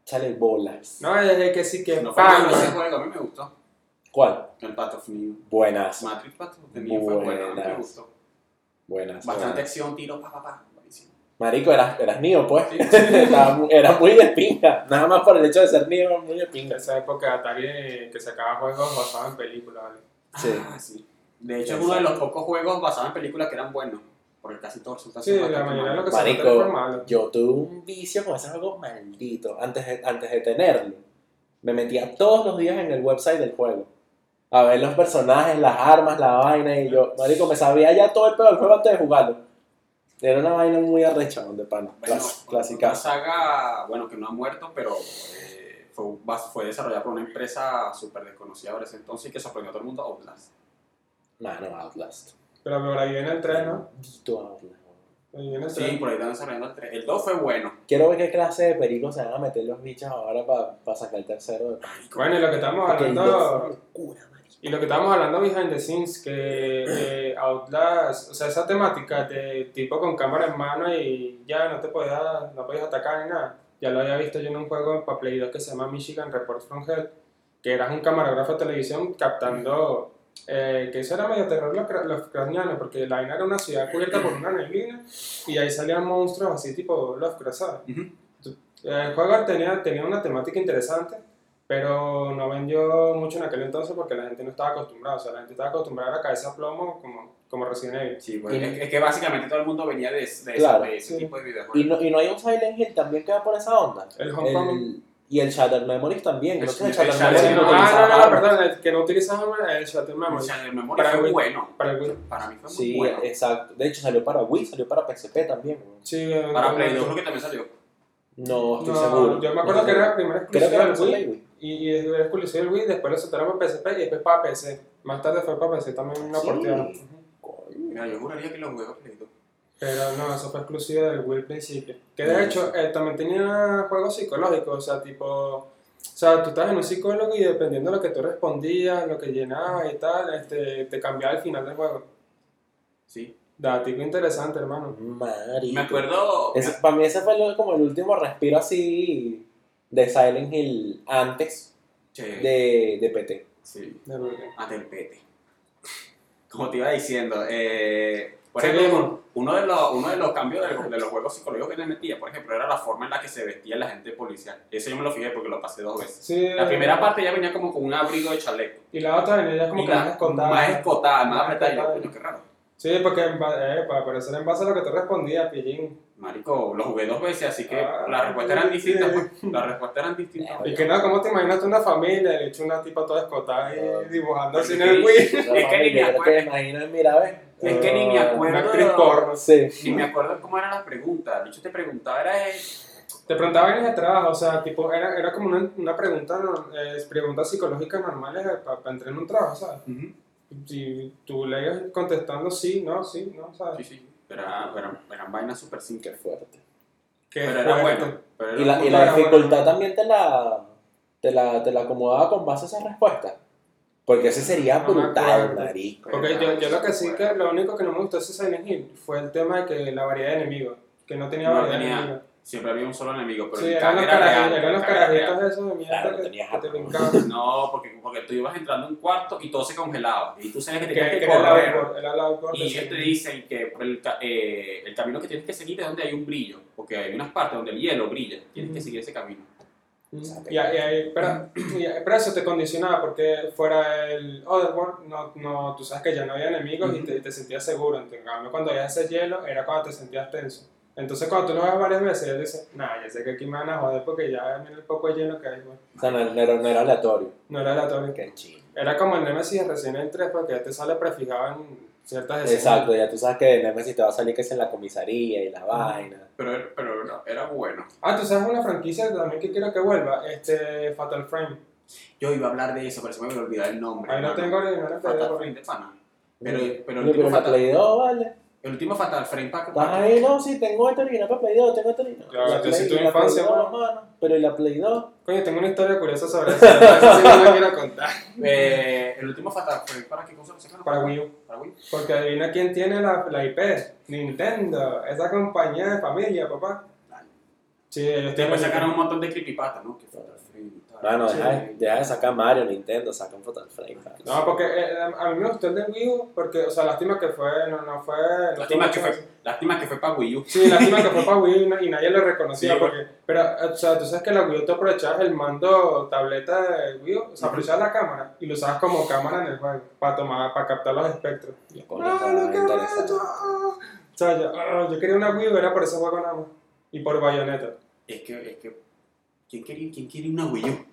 [SPEAKER 3] Chale bolas.
[SPEAKER 1] No, es de que sí que
[SPEAKER 2] No fue
[SPEAKER 1] pan.
[SPEAKER 2] malo ese juego, a mí me gustó.
[SPEAKER 3] ¿Cuál?
[SPEAKER 2] El Path of New.
[SPEAKER 3] Buenas.
[SPEAKER 2] Matrix Path of New fue bueno, a mí me
[SPEAKER 3] Buenas.
[SPEAKER 2] gustó.
[SPEAKER 3] Buenas.
[SPEAKER 2] Bastante
[SPEAKER 3] buenas.
[SPEAKER 2] acción, tiro, pa, pa, pa. Buenísimo.
[SPEAKER 3] Marico, eras, eras Neo, pues.
[SPEAKER 2] [laughs]
[SPEAKER 3] [laughs] Estaba mu- era muy de pinga. Nada más por el hecho de ser Neo, era muy de
[SPEAKER 1] En
[SPEAKER 3] pinga.
[SPEAKER 1] esa época Atari eh, que sacaba juegos basados en películas, ¿vale?
[SPEAKER 3] Sí.
[SPEAKER 2] Ah, sí. De hecho, es uno de los pocos juegos basados en películas que eran buenos. Porque casi todos resultan
[SPEAKER 1] Sí,
[SPEAKER 2] ser
[SPEAKER 1] la
[SPEAKER 2] bastante
[SPEAKER 1] mayoría de lo
[SPEAKER 2] malos.
[SPEAKER 1] que
[SPEAKER 3] Marico.
[SPEAKER 1] se fue malo.
[SPEAKER 3] Yo tuve un vicio con ese juego maldito. Antes de, antes de tenerlo, me metía todos los días en el website del juego. A ver los personajes, las armas, la vaina. Y yo, marico, me sabía ya todo el pedo del juego antes de jugarlo. Era una vaina muy arrecha, de pana.
[SPEAKER 2] Bueno,
[SPEAKER 3] clas-
[SPEAKER 2] una
[SPEAKER 3] Clásica.
[SPEAKER 2] saga, bueno, que no ha muerto, pero eh, fue, bas- fue desarrollada por una empresa súper desconocida ahora ese entonces y que sorprendió a todo el mundo, Outlast.
[SPEAKER 3] Mano, Outlast.
[SPEAKER 1] Pero por ahí viene el 3, ¿no?
[SPEAKER 3] Maldito Outlast.
[SPEAKER 1] Ahí viene el 3.
[SPEAKER 2] Sí, por ahí están desarrollando el 3. El 2 fue bueno.
[SPEAKER 3] Quiero ver qué clase de peligro se van a meter los bichos ahora para sacar el tercero. De...
[SPEAKER 1] Bueno, y lo que estamos
[SPEAKER 3] Porque el dos
[SPEAKER 1] hablando...
[SPEAKER 3] fue una locura, marico.
[SPEAKER 1] Y lo que estábamos hablando behind the scenes, que eh, Outlast, o sea, esa temática de tipo con cámara en mano y ya no te podías, no podías atacar ni nada. Ya lo había visto yo en un juego para Play 2 que se llama Michigan Report from Hell, que eras un camarógrafo de televisión captando, eh, que eso era medio terror los, cra- los ucranianos, porque la vaina era una ciudad cubierta por una neblina y ahí salían monstruos así tipo Lovecraft, ¿sabes?
[SPEAKER 2] Ujú.
[SPEAKER 1] El juego tenía, tenía una temática interesante, pero no vendió mucho en aquel entonces porque la gente no estaba acostumbrada. O sea, la gente estaba acostumbrada a cabeza a plomo como, como Resident Evil.
[SPEAKER 2] Sí, bueno.
[SPEAKER 3] Y-
[SPEAKER 2] Es, es que básicamente todo el mundo venía de, de- de
[SPEAKER 3] Claro,
[SPEAKER 2] ese
[SPEAKER 1] sí.
[SPEAKER 2] tipo de videojuegos.
[SPEAKER 3] Y no, y no hay un Silent Hill también que va por esa onda.
[SPEAKER 1] El Homecoming.
[SPEAKER 3] El- y el Shattered Memories también. Creo
[SPEAKER 2] El-
[SPEAKER 3] que el
[SPEAKER 2] el
[SPEAKER 3] Shattered
[SPEAKER 2] Shattered
[SPEAKER 1] Ah, no,
[SPEAKER 3] Memories no utilizaba
[SPEAKER 1] no, no,
[SPEAKER 3] armas.
[SPEAKER 1] perdón, el que no utilizaba el Shadow
[SPEAKER 2] O
[SPEAKER 1] Memory.
[SPEAKER 2] sea, el memoria
[SPEAKER 1] Para
[SPEAKER 2] fue
[SPEAKER 1] Wii.
[SPEAKER 2] bueno.
[SPEAKER 1] Para el Wii.
[SPEAKER 2] Para mí fue muy
[SPEAKER 3] Sí,
[SPEAKER 2] bueno.
[SPEAKER 3] exacto. De hecho, salió para Wii, salió para PSP también. güey.
[SPEAKER 1] Sí, eh,
[SPEAKER 2] Para
[SPEAKER 1] no,
[SPEAKER 2] Play 2
[SPEAKER 1] no,
[SPEAKER 2] creo que también salió.
[SPEAKER 3] No, estoy
[SPEAKER 1] no,
[SPEAKER 3] seguro.
[SPEAKER 1] Yo me acuerdo
[SPEAKER 3] No
[SPEAKER 1] que
[SPEAKER 3] estoy
[SPEAKER 1] era la
[SPEAKER 3] seguro.
[SPEAKER 1] primera
[SPEAKER 3] Creo que
[SPEAKER 1] exclusiva
[SPEAKER 3] era
[SPEAKER 1] del Wii.
[SPEAKER 3] para Wii.
[SPEAKER 1] Y, y era exclusiva del Wii, después lo soltaron para PSP y después para PC. Más tarde fue para PC también una
[SPEAKER 3] Sí.
[SPEAKER 1] oportunidad.
[SPEAKER 2] Mira, yo juraría que los juegos Play 2.
[SPEAKER 1] Pero no, eso fue exclusiva del Wii al principio. Que
[SPEAKER 3] Ah,
[SPEAKER 1] de hecho, eh, también tenía juegos psicológicos, o sea, tipo. O sea, tú estabas en un psicólogo y dependiendo de lo que tú respondías, lo que llenabas y tal, este, te cambiaba el final del juego.
[SPEAKER 2] Sí.
[SPEAKER 1] Datico interesante, hermano.
[SPEAKER 3] Marico.
[SPEAKER 2] Me acuerdo.
[SPEAKER 3] Ese- para mí ese fue lo- como el último respiro así de Silent Hill antes
[SPEAKER 2] Sí.
[SPEAKER 3] de, de PT.
[SPEAKER 2] Sí.
[SPEAKER 1] De verdad.
[SPEAKER 2] Ante el pete. Como te iba diciendo, eh, por
[SPEAKER 1] Seguimos.
[SPEAKER 2] ejemplo, uno de los, uno de los cambios de los, de los juegos psicológicos que le metía, por ejemplo, era la forma en la que se vestía la gente policial. Eso yo me lo fijé porque lo pasé dos veces.
[SPEAKER 1] Sí,
[SPEAKER 2] La primera parte ya venía como con un abrigo de chaleco.
[SPEAKER 1] Y la otra venía ya como
[SPEAKER 2] Y
[SPEAKER 1] que
[SPEAKER 2] la-
[SPEAKER 1] más escondida.
[SPEAKER 2] Más escotada, más
[SPEAKER 1] Más
[SPEAKER 2] apretada. Y yo,
[SPEAKER 1] escotada.
[SPEAKER 2] coño, qué raro.
[SPEAKER 1] Sí, porque en ba- eh, para parecer en base a lo que tú respondías, pillín.
[SPEAKER 2] Marico, lo jugué dos veces, así que
[SPEAKER 1] Ah,
[SPEAKER 2] las respuestas eran
[SPEAKER 1] sí.
[SPEAKER 2] distintas. pues. Las respuestas eran distintas.
[SPEAKER 1] Y que no, ¿cómo te imaginas tú una familia? Le hecho una tipa toda escotada y
[SPEAKER 3] Ah.
[SPEAKER 1] dibujando así en
[SPEAKER 2] Porque
[SPEAKER 1] el Wii.
[SPEAKER 3] Es
[SPEAKER 2] que ni me
[SPEAKER 3] te imaginas, mira, ¿ves?
[SPEAKER 2] Es que ni me
[SPEAKER 3] Ah,
[SPEAKER 2] acuerdo.
[SPEAKER 1] Una actriz porno.
[SPEAKER 3] Sí.
[SPEAKER 2] Ni me acuerdo cómo eran las preguntas. De hecho, te preguntaba, era eso.
[SPEAKER 1] Te preguntaba vainas de trabajo, o sea, tipo, era, era como una, una pregunta, no- eh, preguntas psicológicas normales para entrar en un trabajo, ¿sabes? Si tú le ibas contestando sí, no, sí, no,
[SPEAKER 2] Sí,
[SPEAKER 1] ¿sabes?
[SPEAKER 2] sí. Era- era- eran vainas súper
[SPEAKER 3] Qué
[SPEAKER 2] simples.
[SPEAKER 3] fuerte.
[SPEAKER 1] Que
[SPEAKER 2] Pero era
[SPEAKER 1] fuerte.
[SPEAKER 2] bueno. pero era
[SPEAKER 3] Y la, y
[SPEAKER 1] Era
[SPEAKER 3] la
[SPEAKER 1] bueno.
[SPEAKER 3] dificultad también te la, te, la, te la acomodaba con base a esa respuesta. Porque ese sería
[SPEAKER 1] No me
[SPEAKER 3] brutal,
[SPEAKER 1] acuerdo.
[SPEAKER 3] marico.
[SPEAKER 1] Porque yo, yo lo que sí que lo único que no me gustó de Silent Hill fue el tema de que la variedad de enemigos, que no tenía
[SPEAKER 2] No
[SPEAKER 1] variedad de
[SPEAKER 2] tenía,
[SPEAKER 1] enemigos.
[SPEAKER 2] Siempre había un solo enemigo, pero
[SPEAKER 1] Sí,
[SPEAKER 2] el
[SPEAKER 1] eran
[SPEAKER 2] cable
[SPEAKER 1] los
[SPEAKER 2] era
[SPEAKER 1] carajitos,
[SPEAKER 2] real,
[SPEAKER 1] eran los
[SPEAKER 2] el cable era
[SPEAKER 1] carajitos esos de mierda
[SPEAKER 3] Claro,
[SPEAKER 1] que,
[SPEAKER 3] tenías
[SPEAKER 1] que te
[SPEAKER 2] [laughs]
[SPEAKER 3] algo.
[SPEAKER 1] brincaban.
[SPEAKER 2] real. No, porque, porque tú ibas entrando a un cuarto y todo se congelaba. Y tú sabes que
[SPEAKER 1] que,
[SPEAKER 2] tenías que,
[SPEAKER 1] que era el
[SPEAKER 2] correr.
[SPEAKER 1] outboard, era el outboard de
[SPEAKER 2] Y ellos te
[SPEAKER 1] Silent Hill.
[SPEAKER 2] dicen que pues, el, ca- eh, el camino que tienes que seguir es donde hay un brillo, porque hay unas partes donde el hielo brilla, tienes
[SPEAKER 1] Ujú.
[SPEAKER 2] que seguir ese camino.
[SPEAKER 1] Y, ahí- y ahí-
[SPEAKER 2] [clears throat]
[SPEAKER 1] pero, y ahí- pero eso te condicionaba porque fuera el Otherworld, no, no, tú sabes que ya no había enemigos y
[SPEAKER 2] Ujú.
[SPEAKER 1] te, te sentías seguro. En cambio, cuando había ese hielo, era cuando te sentías tenso. Entonces, cuando tú lo ves varias veces, ya dices, nah, ya sé que aquí me van a joder porque ya mira el poco de hielo que hay. güey".
[SPEAKER 3] O sea, no, no era, no era aleatorio.
[SPEAKER 1] No era aleatorio.
[SPEAKER 3] Qué chido.
[SPEAKER 1] Era como el Nemesis recién en 3 porque ya te sale prefijado en ciertas escenas.
[SPEAKER 3] Exacto, ya tú sabes que de Nemesis te va a salir que es en la comisaría y la vaina.
[SPEAKER 2] Pero, pero no, era bueno.
[SPEAKER 1] Ah, tú sabes una franquicia también que quiero que vuelva, este Fatal Frame.
[SPEAKER 2] Yo iba a hablar de eso, pero se me olvidó el nombre.
[SPEAKER 1] Ahí lo
[SPEAKER 2] hermano.
[SPEAKER 1] tengo original en
[SPEAKER 2] Fatal
[SPEAKER 1] PDF.
[SPEAKER 2] Frame de pana. Pero, pero el, Ah,
[SPEAKER 3] Coño,
[SPEAKER 2] último
[SPEAKER 3] pero la
[SPEAKER 2] fatal,
[SPEAKER 3] Play 2, vale.
[SPEAKER 2] el último Fatal Frame para...
[SPEAKER 3] Estás ahí, no, sí, tengo este original para Play 2, tengo este original.
[SPEAKER 1] Claro,
[SPEAKER 3] La
[SPEAKER 1] yo
[SPEAKER 3] Play-
[SPEAKER 1] sí tuve
[SPEAKER 3] la Play
[SPEAKER 1] infancia,
[SPEAKER 3] 2,
[SPEAKER 1] mano.
[SPEAKER 3] mano. Pero y la Play 2.
[SPEAKER 1] Coño, tengo una historia curiosa sobre eso. [laughs] Eso sí no la quiero contar.
[SPEAKER 2] Eh, el último Fatal Frame para qué cosa lo sacaron?
[SPEAKER 1] Para Wii U.
[SPEAKER 2] Para Wii.
[SPEAKER 1] Porque adivina quién tiene la, la IP. Nintendo. Esa compañía de familia, papá. Sí, ellos
[SPEAKER 3] Este
[SPEAKER 1] tienen.
[SPEAKER 2] Después sacaron un montón de creepypasta, ¿no? Que Fatal Frame. y tal.
[SPEAKER 3] Mano,
[SPEAKER 1] Sí.
[SPEAKER 3] deja, deja de sacar Mario, Nintendo, saca un Fatal Frame. mano.
[SPEAKER 1] No, porque eh, a mí me gustó el de Wii U, porque, o sea, lástima que fue, no, no fue... no
[SPEAKER 2] Lástima
[SPEAKER 1] tuvo
[SPEAKER 2] que
[SPEAKER 1] mucho-
[SPEAKER 2] fue, lástima que fue para Wii U.
[SPEAKER 1] Sí, lástima que fue para Wii U y, na- y nadie lo reconocía,
[SPEAKER 2] Sí,
[SPEAKER 1] porque... Pero, o sea, tú sabes que la Wii U tú aprovechabas el mando tableta de Wii U, o sea,
[SPEAKER 2] Ujú.
[SPEAKER 1] aprovechabas la cámara y lo usabas como cámara en el juego, para tomar, para captar los espectros.
[SPEAKER 3] Yo, coño,
[SPEAKER 1] ¡Ah,
[SPEAKER 3] estaba
[SPEAKER 1] lo que
[SPEAKER 3] interesante.
[SPEAKER 1] recho! Ah. O sea, yo, ah, yo quería una Wii U, era por ese juego nada más. Y por Bayonetta.
[SPEAKER 2] Es que, es que, ¿quién quiere, quién quiere una Wii U?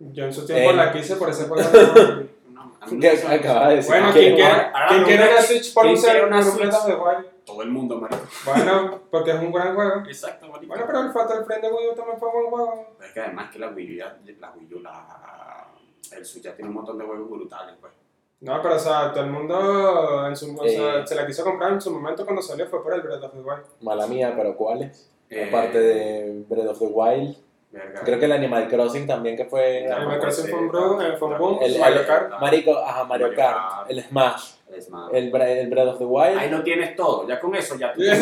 [SPEAKER 1] Yo en su tiempo
[SPEAKER 3] Eh.
[SPEAKER 1] la quise por ese juego. Bueno,
[SPEAKER 2] No, a mí no
[SPEAKER 3] ¿Qué
[SPEAKER 2] me suena.
[SPEAKER 3] acabas de decir? ¿Qué?
[SPEAKER 1] quien quiera,
[SPEAKER 2] ahora
[SPEAKER 1] quien
[SPEAKER 2] no
[SPEAKER 1] quiera
[SPEAKER 2] me-
[SPEAKER 1] una Switch por
[SPEAKER 2] quien
[SPEAKER 1] un ser
[SPEAKER 2] quiera una
[SPEAKER 1] un completo
[SPEAKER 2] Switch.
[SPEAKER 1] de guay.
[SPEAKER 2] Todo el mundo, marico. [laughs]
[SPEAKER 1] Bueno, porque es un gran juego.
[SPEAKER 2] Exacto, marico.
[SPEAKER 1] Bueno, pero el Fatal Frame de Wii U también fue un buen juego.
[SPEAKER 2] Pero es que además que la Wii U, ya, la Wii U, la, el Switch ya tiene un montón de juegos brutales, pues.
[SPEAKER 1] No, pero o sea, todo el mundo en su, o sea,
[SPEAKER 3] Eh.
[SPEAKER 1] se la quiso comprar en su momento cuando salió fue por el Breath of the
[SPEAKER 3] [laughs]
[SPEAKER 1] Wild.
[SPEAKER 3] pues, Mala mía, pero ¿cuáles?
[SPEAKER 2] Eh,
[SPEAKER 3] Aparte de Breath of the Wild,
[SPEAKER 2] verga.
[SPEAKER 3] creo que el Animal Crossing también que fue...
[SPEAKER 2] Ya,
[SPEAKER 1] Animal
[SPEAKER 2] pues,
[SPEAKER 1] Crossing fue un
[SPEAKER 2] eh,
[SPEAKER 1] bro- eh, fue un boom,
[SPEAKER 3] El-
[SPEAKER 1] Mario
[SPEAKER 3] el-
[SPEAKER 1] Kart.
[SPEAKER 3] Marico, ajá, Mario
[SPEAKER 2] Mario
[SPEAKER 3] Kart,
[SPEAKER 2] Kart.
[SPEAKER 3] el Smash,
[SPEAKER 2] Es más.
[SPEAKER 3] el, Bra- el Breath of the Wild.
[SPEAKER 2] Ahí lo tienes todo, ya con eso ya tú
[SPEAKER 3] pero-
[SPEAKER 1] [laughs]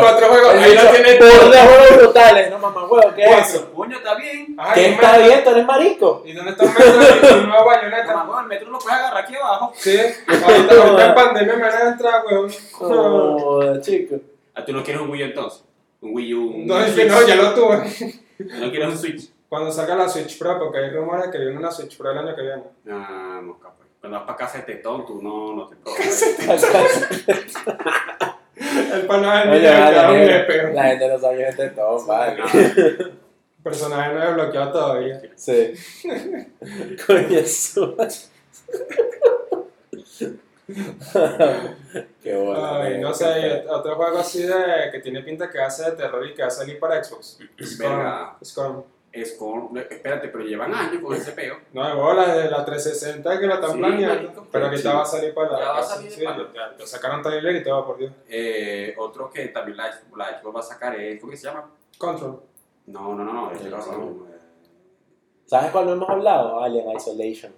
[SPEAKER 1] Cuatro juegos,
[SPEAKER 3] El
[SPEAKER 1] ahí lo
[SPEAKER 3] bicho,
[SPEAKER 1] tiene
[SPEAKER 3] burda
[SPEAKER 1] todo. Pues,
[SPEAKER 3] de juegos brutales, no mamá, huevo, ¿qué es eso?
[SPEAKER 2] Eso, coño, está bien.
[SPEAKER 1] Ajá,
[SPEAKER 3] ¿Qué
[SPEAKER 1] y
[SPEAKER 3] está
[SPEAKER 1] Mario-
[SPEAKER 3] bien? ¿Tú
[SPEAKER 1] [laughs]
[SPEAKER 3] eres marico?
[SPEAKER 1] ¿Y dónde está el metro? ¿Y un nuevo bayoneta?
[SPEAKER 2] [laughs] Mamá, el metro lo puedes agarrar aquí abajo.
[SPEAKER 1] Sí, ahorita, ahorita
[SPEAKER 3] [laughs]
[SPEAKER 1] en pandemia me van a entrar, weón.
[SPEAKER 3] Oh.
[SPEAKER 1] No,
[SPEAKER 3] Joder, chico.
[SPEAKER 2] Ah, tú no quieres un Wii U entonces. Un Wii U, un
[SPEAKER 1] es que
[SPEAKER 2] Switch.
[SPEAKER 1] no, ya lo tuve.
[SPEAKER 2] ¿Tú no quieres un Switch.
[SPEAKER 1] Cuando saca la Switch Pro, porque hay rumores que viene una Switch Pro el año que viene.
[SPEAKER 2] Ah, mosca, pues. Cuando vas para casa de tetón, tú no, [laughs] no te
[SPEAKER 1] El personaje
[SPEAKER 3] Oye,
[SPEAKER 1] nuevo
[SPEAKER 3] vale,
[SPEAKER 1] desbloqueado,
[SPEAKER 3] negro,
[SPEAKER 1] le pego.
[SPEAKER 3] la gente no sabe este todo, vale.
[SPEAKER 2] Nada.
[SPEAKER 1] Personaje no desbloqueado todavía.
[SPEAKER 3] Sí.
[SPEAKER 1] [laughs]
[SPEAKER 3] Coño, su Qué bueno.
[SPEAKER 1] Ay, no sé, y otro juego así de que tiene pinta que hace de terror y que va a salir para Xbox.
[SPEAKER 2] Verga.
[SPEAKER 1] Scorn. Scorn.
[SPEAKER 2] Es con- Espérate, pero llevan años con ese peo.
[SPEAKER 1] No, de bola de la 360 que la están
[SPEAKER 2] Sí,
[SPEAKER 1] planeando.
[SPEAKER 2] marico,
[SPEAKER 1] Pero
[SPEAKER 2] qué
[SPEAKER 1] ahorita
[SPEAKER 2] chido.
[SPEAKER 1] va a salir para la.
[SPEAKER 2] Ya va a salir
[SPEAKER 1] sí,
[SPEAKER 2] para-
[SPEAKER 1] ya- ya sacaron trailer y todo, por Dios.
[SPEAKER 2] Eh, otro que también la, la Xbox va a sacar es, ¿cómo que se llama?
[SPEAKER 1] Control.
[SPEAKER 2] No, no, no, no, este
[SPEAKER 3] Sí,
[SPEAKER 2] no,
[SPEAKER 3] sí.
[SPEAKER 2] no, eh,
[SPEAKER 3] ¿Sabes cuál no hemos hablado? Alien Isolation.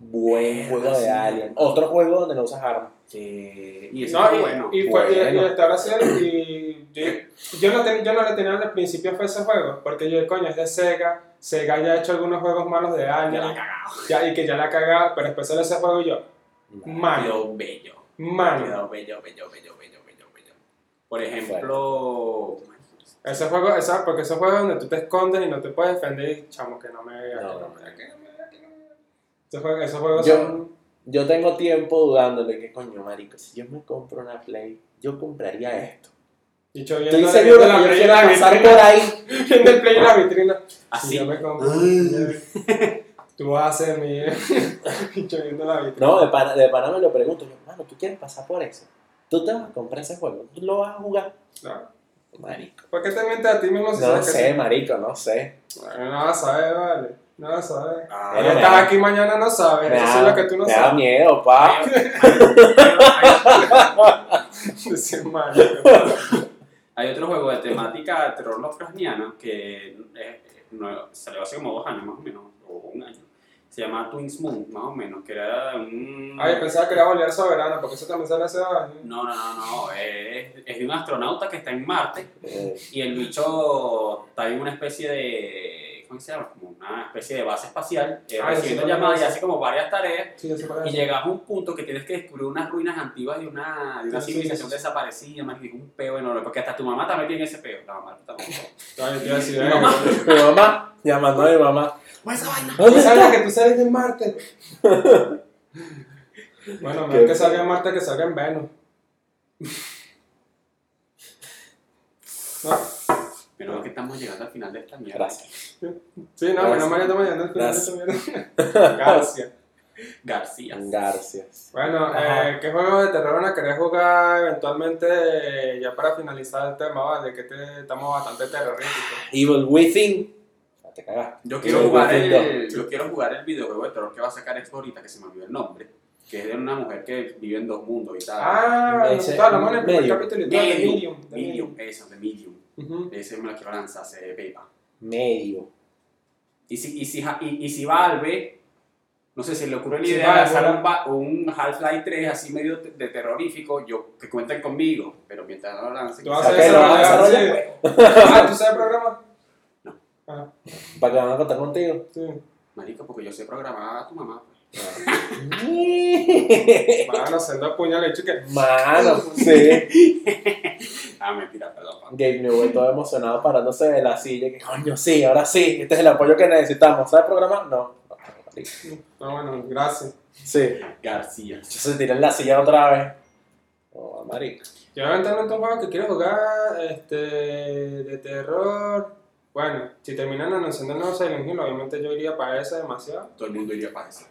[SPEAKER 3] Buen juego
[SPEAKER 2] Sí.
[SPEAKER 3] de Alien. Otro juego donde no usas armas.
[SPEAKER 2] que- Eh, y ese
[SPEAKER 1] No,
[SPEAKER 2] está
[SPEAKER 1] y,
[SPEAKER 2] bueno.
[SPEAKER 1] y fue, y-
[SPEAKER 3] bueno.
[SPEAKER 1] y hasta ahora sí, y yo, yo no ten- yo no le tenía al principio fue ese juego, porque yo, coño, es de Sega, Sega ya ha hecho algunos juegos malos de
[SPEAKER 2] Ya la
[SPEAKER 1] años,
[SPEAKER 2] cagado.
[SPEAKER 1] ya, y que ya la cagaba, pero después sale ese juego y yo, malo,
[SPEAKER 2] Quedó bello.
[SPEAKER 1] malo.
[SPEAKER 2] Quedó bello, bello, bello, bello, bello, bello. Por ejemplo,
[SPEAKER 1] Ese juego, esa, porque ese juego es donde tú te escondes y no te puedes defender y, chamo, que no me vea, que
[SPEAKER 3] No,
[SPEAKER 1] no
[SPEAKER 3] no,
[SPEAKER 1] me
[SPEAKER 3] no.
[SPEAKER 1] vea, que no me vea, que no me vea. Esos juegos, esos juegos
[SPEAKER 3] Yo-
[SPEAKER 1] son...
[SPEAKER 3] Yo tengo tiempo dudándole que coño, marico, si yo me compro una Play, yo compraría esto.
[SPEAKER 1] Dicho,
[SPEAKER 3] Estoy
[SPEAKER 1] viendo-
[SPEAKER 3] seguro
[SPEAKER 1] viendo
[SPEAKER 3] que yo
[SPEAKER 1] Play y
[SPEAKER 3] quiero
[SPEAKER 1] la
[SPEAKER 3] pasar
[SPEAKER 1] vitrina,
[SPEAKER 3] por ahí
[SPEAKER 1] Viendo el play y la vitrina.
[SPEAKER 2] Así.
[SPEAKER 1] Y yo me compro. Tú vas a ser mi... [laughs] Dicho, viendo la vitrina.
[SPEAKER 3] No, de pana, de pana me lo pregunto. Yo, mano, ¿tú quieres pasar por eso? ¿Tú te vas a comprar ese juego? ¿Tú lo vas a jugar?
[SPEAKER 1] No.
[SPEAKER 3] Marico.
[SPEAKER 1] ¿Por qué te mientes a ti mismo si
[SPEAKER 3] No
[SPEAKER 1] sabes que
[SPEAKER 3] sé,
[SPEAKER 1] sí?
[SPEAKER 3] marico, no sé.
[SPEAKER 1] Bueno, no vas a saber, vale. No vas a saber.
[SPEAKER 2] Ah,
[SPEAKER 1] Ahora
[SPEAKER 3] me
[SPEAKER 1] estás
[SPEAKER 3] da-
[SPEAKER 1] aquí mañana no sabes.
[SPEAKER 3] Me
[SPEAKER 1] Eso
[SPEAKER 3] da-
[SPEAKER 1] es lo que tú no
[SPEAKER 3] me da
[SPEAKER 1] sabes.
[SPEAKER 3] miedo, pa.
[SPEAKER 1] [laughs] Decir, marico.
[SPEAKER 2] Hay otro juego de temática terror lovecraftiana que eh, no- salió hace como dos años más o menos, o un año. Se se llama Twins Moon, más o menos, que era un...
[SPEAKER 1] Ah, yo pensaba que era Bolívar Soberano, porque eso también sale hace años.
[SPEAKER 2] No, no, no, no, es, es de un astronauta que está en Marte
[SPEAKER 3] Eh,
[SPEAKER 2] y el bicho está en una especie de... ¿Cómo se llama? Como una especie de base espacial, eh,
[SPEAKER 1] Ah,
[SPEAKER 2] recibiendo
[SPEAKER 1] sí,
[SPEAKER 2] llamadas
[SPEAKER 1] sí.
[SPEAKER 2] y hace como varias tareas
[SPEAKER 1] Sí, yo sé cuál
[SPEAKER 2] y
[SPEAKER 1] es.
[SPEAKER 2] llegas a un punto que tienes que descubrir unas ruinas antiguas de una, de una
[SPEAKER 1] Ah, Sí, sí,
[SPEAKER 2] civilización
[SPEAKER 1] sí, sí.
[SPEAKER 2] desaparecida, man, y un peo enorme, porque hasta tu mamá también tiene ese peo, la mamá también.
[SPEAKER 1] Ah, yo te iba a decir,
[SPEAKER 2] Mi
[SPEAKER 1] eh,
[SPEAKER 2] mamá.
[SPEAKER 3] Mi mamá, llamando a mi mamá.
[SPEAKER 2] esa vaina!
[SPEAKER 1] ¿Tú
[SPEAKER 3] ¿Dónde
[SPEAKER 1] sabes
[SPEAKER 3] está?
[SPEAKER 1] Pues que tú sales de Marte? [laughs] bueno, no
[SPEAKER 3] Qué
[SPEAKER 1] es que salga en Marte, que salga en
[SPEAKER 3] [laughs]
[SPEAKER 1] Venus. No.
[SPEAKER 2] Menos mal que estamos llegando al final de esta mierda.
[SPEAKER 3] Gracias.
[SPEAKER 1] Sí, no, bueno,
[SPEAKER 3] Gracias.
[SPEAKER 1] María, estamos llegando al final de
[SPEAKER 3] Gracias.
[SPEAKER 1] esta
[SPEAKER 3] [laughs]
[SPEAKER 1] mierda. Gracias.
[SPEAKER 2] García.
[SPEAKER 3] Garcias.
[SPEAKER 1] Bueno,
[SPEAKER 3] Ajá.
[SPEAKER 1] eh, ¿qué juegos de terror van a querer jugar eventualmente eh, ya para finalizar el tema, vale? Que te- estamos bastante terroríficos.
[SPEAKER 3] Evil Within. Ya te cagaste.
[SPEAKER 2] Yo
[SPEAKER 3] Sí,
[SPEAKER 2] quiero, jugar
[SPEAKER 3] perfecto.
[SPEAKER 2] el, yo quiero jugar el videojuego de terror que va a sacar esto ahorita, que se me olvidó el nombre, que es de una mujer que vive en dos mundos y tal.
[SPEAKER 1] Ah,
[SPEAKER 3] Ese-
[SPEAKER 1] nosotros hablamos en el primer
[SPEAKER 3] Medium.
[SPEAKER 1] capítulo y todo, de
[SPEAKER 2] Medium,
[SPEAKER 1] Medium. de
[SPEAKER 2] Medium, eso, de Medium.
[SPEAKER 1] Ujú.
[SPEAKER 2] Ese me la quiero lanzar, se pepa.
[SPEAKER 3] Medio.
[SPEAKER 2] Y si, y si, ja- y, y si Valve, no sé, si le ocurre la
[SPEAKER 1] Si
[SPEAKER 2] idea de
[SPEAKER 1] Valve,
[SPEAKER 2] lanzar un, va- un Half-Life 3 así medio te- de terrorífico, yo, que cuenten conmigo, pero mientras no lo lancen...
[SPEAKER 1] Tú
[SPEAKER 2] que
[SPEAKER 1] vas
[SPEAKER 2] sea-
[SPEAKER 1] a
[SPEAKER 3] Ok, lo vas a
[SPEAKER 1] desarrollar.
[SPEAKER 3] desarrollar.
[SPEAKER 1] sí.
[SPEAKER 3] pues.
[SPEAKER 1] Ah, ¿tú sabes programar?
[SPEAKER 2] No.
[SPEAKER 1] Ah,
[SPEAKER 3] ¿Para que van a contar contigo?
[SPEAKER 1] sí.
[SPEAKER 2] Marico, porque yo sé programar a tu mamá. pues.
[SPEAKER 3] Ah.
[SPEAKER 1] Mano, siendo apuñalado, hecho que.
[SPEAKER 3] [laughs] Mano, sí.
[SPEAKER 2] Ah, mentira, perdón. pa.
[SPEAKER 3] Gabe Newell todo emocionado parándose de la silla. Que coño, sí, ahora sí. Este es el apoyo que necesitamos. ¿Sabes programar? No.
[SPEAKER 1] No, bueno, gracias.
[SPEAKER 3] Sí.
[SPEAKER 2] García.
[SPEAKER 3] Yo se tiré en la silla otra vez. Oh, marica.
[SPEAKER 1] Yo eventualmente un juego que quiero jugar este, de terror. Bueno, si terminan anunciando el nuevo Silent Hill, obviamente yo iría para ese demasiado.
[SPEAKER 2] Todo el mundo iría para eso.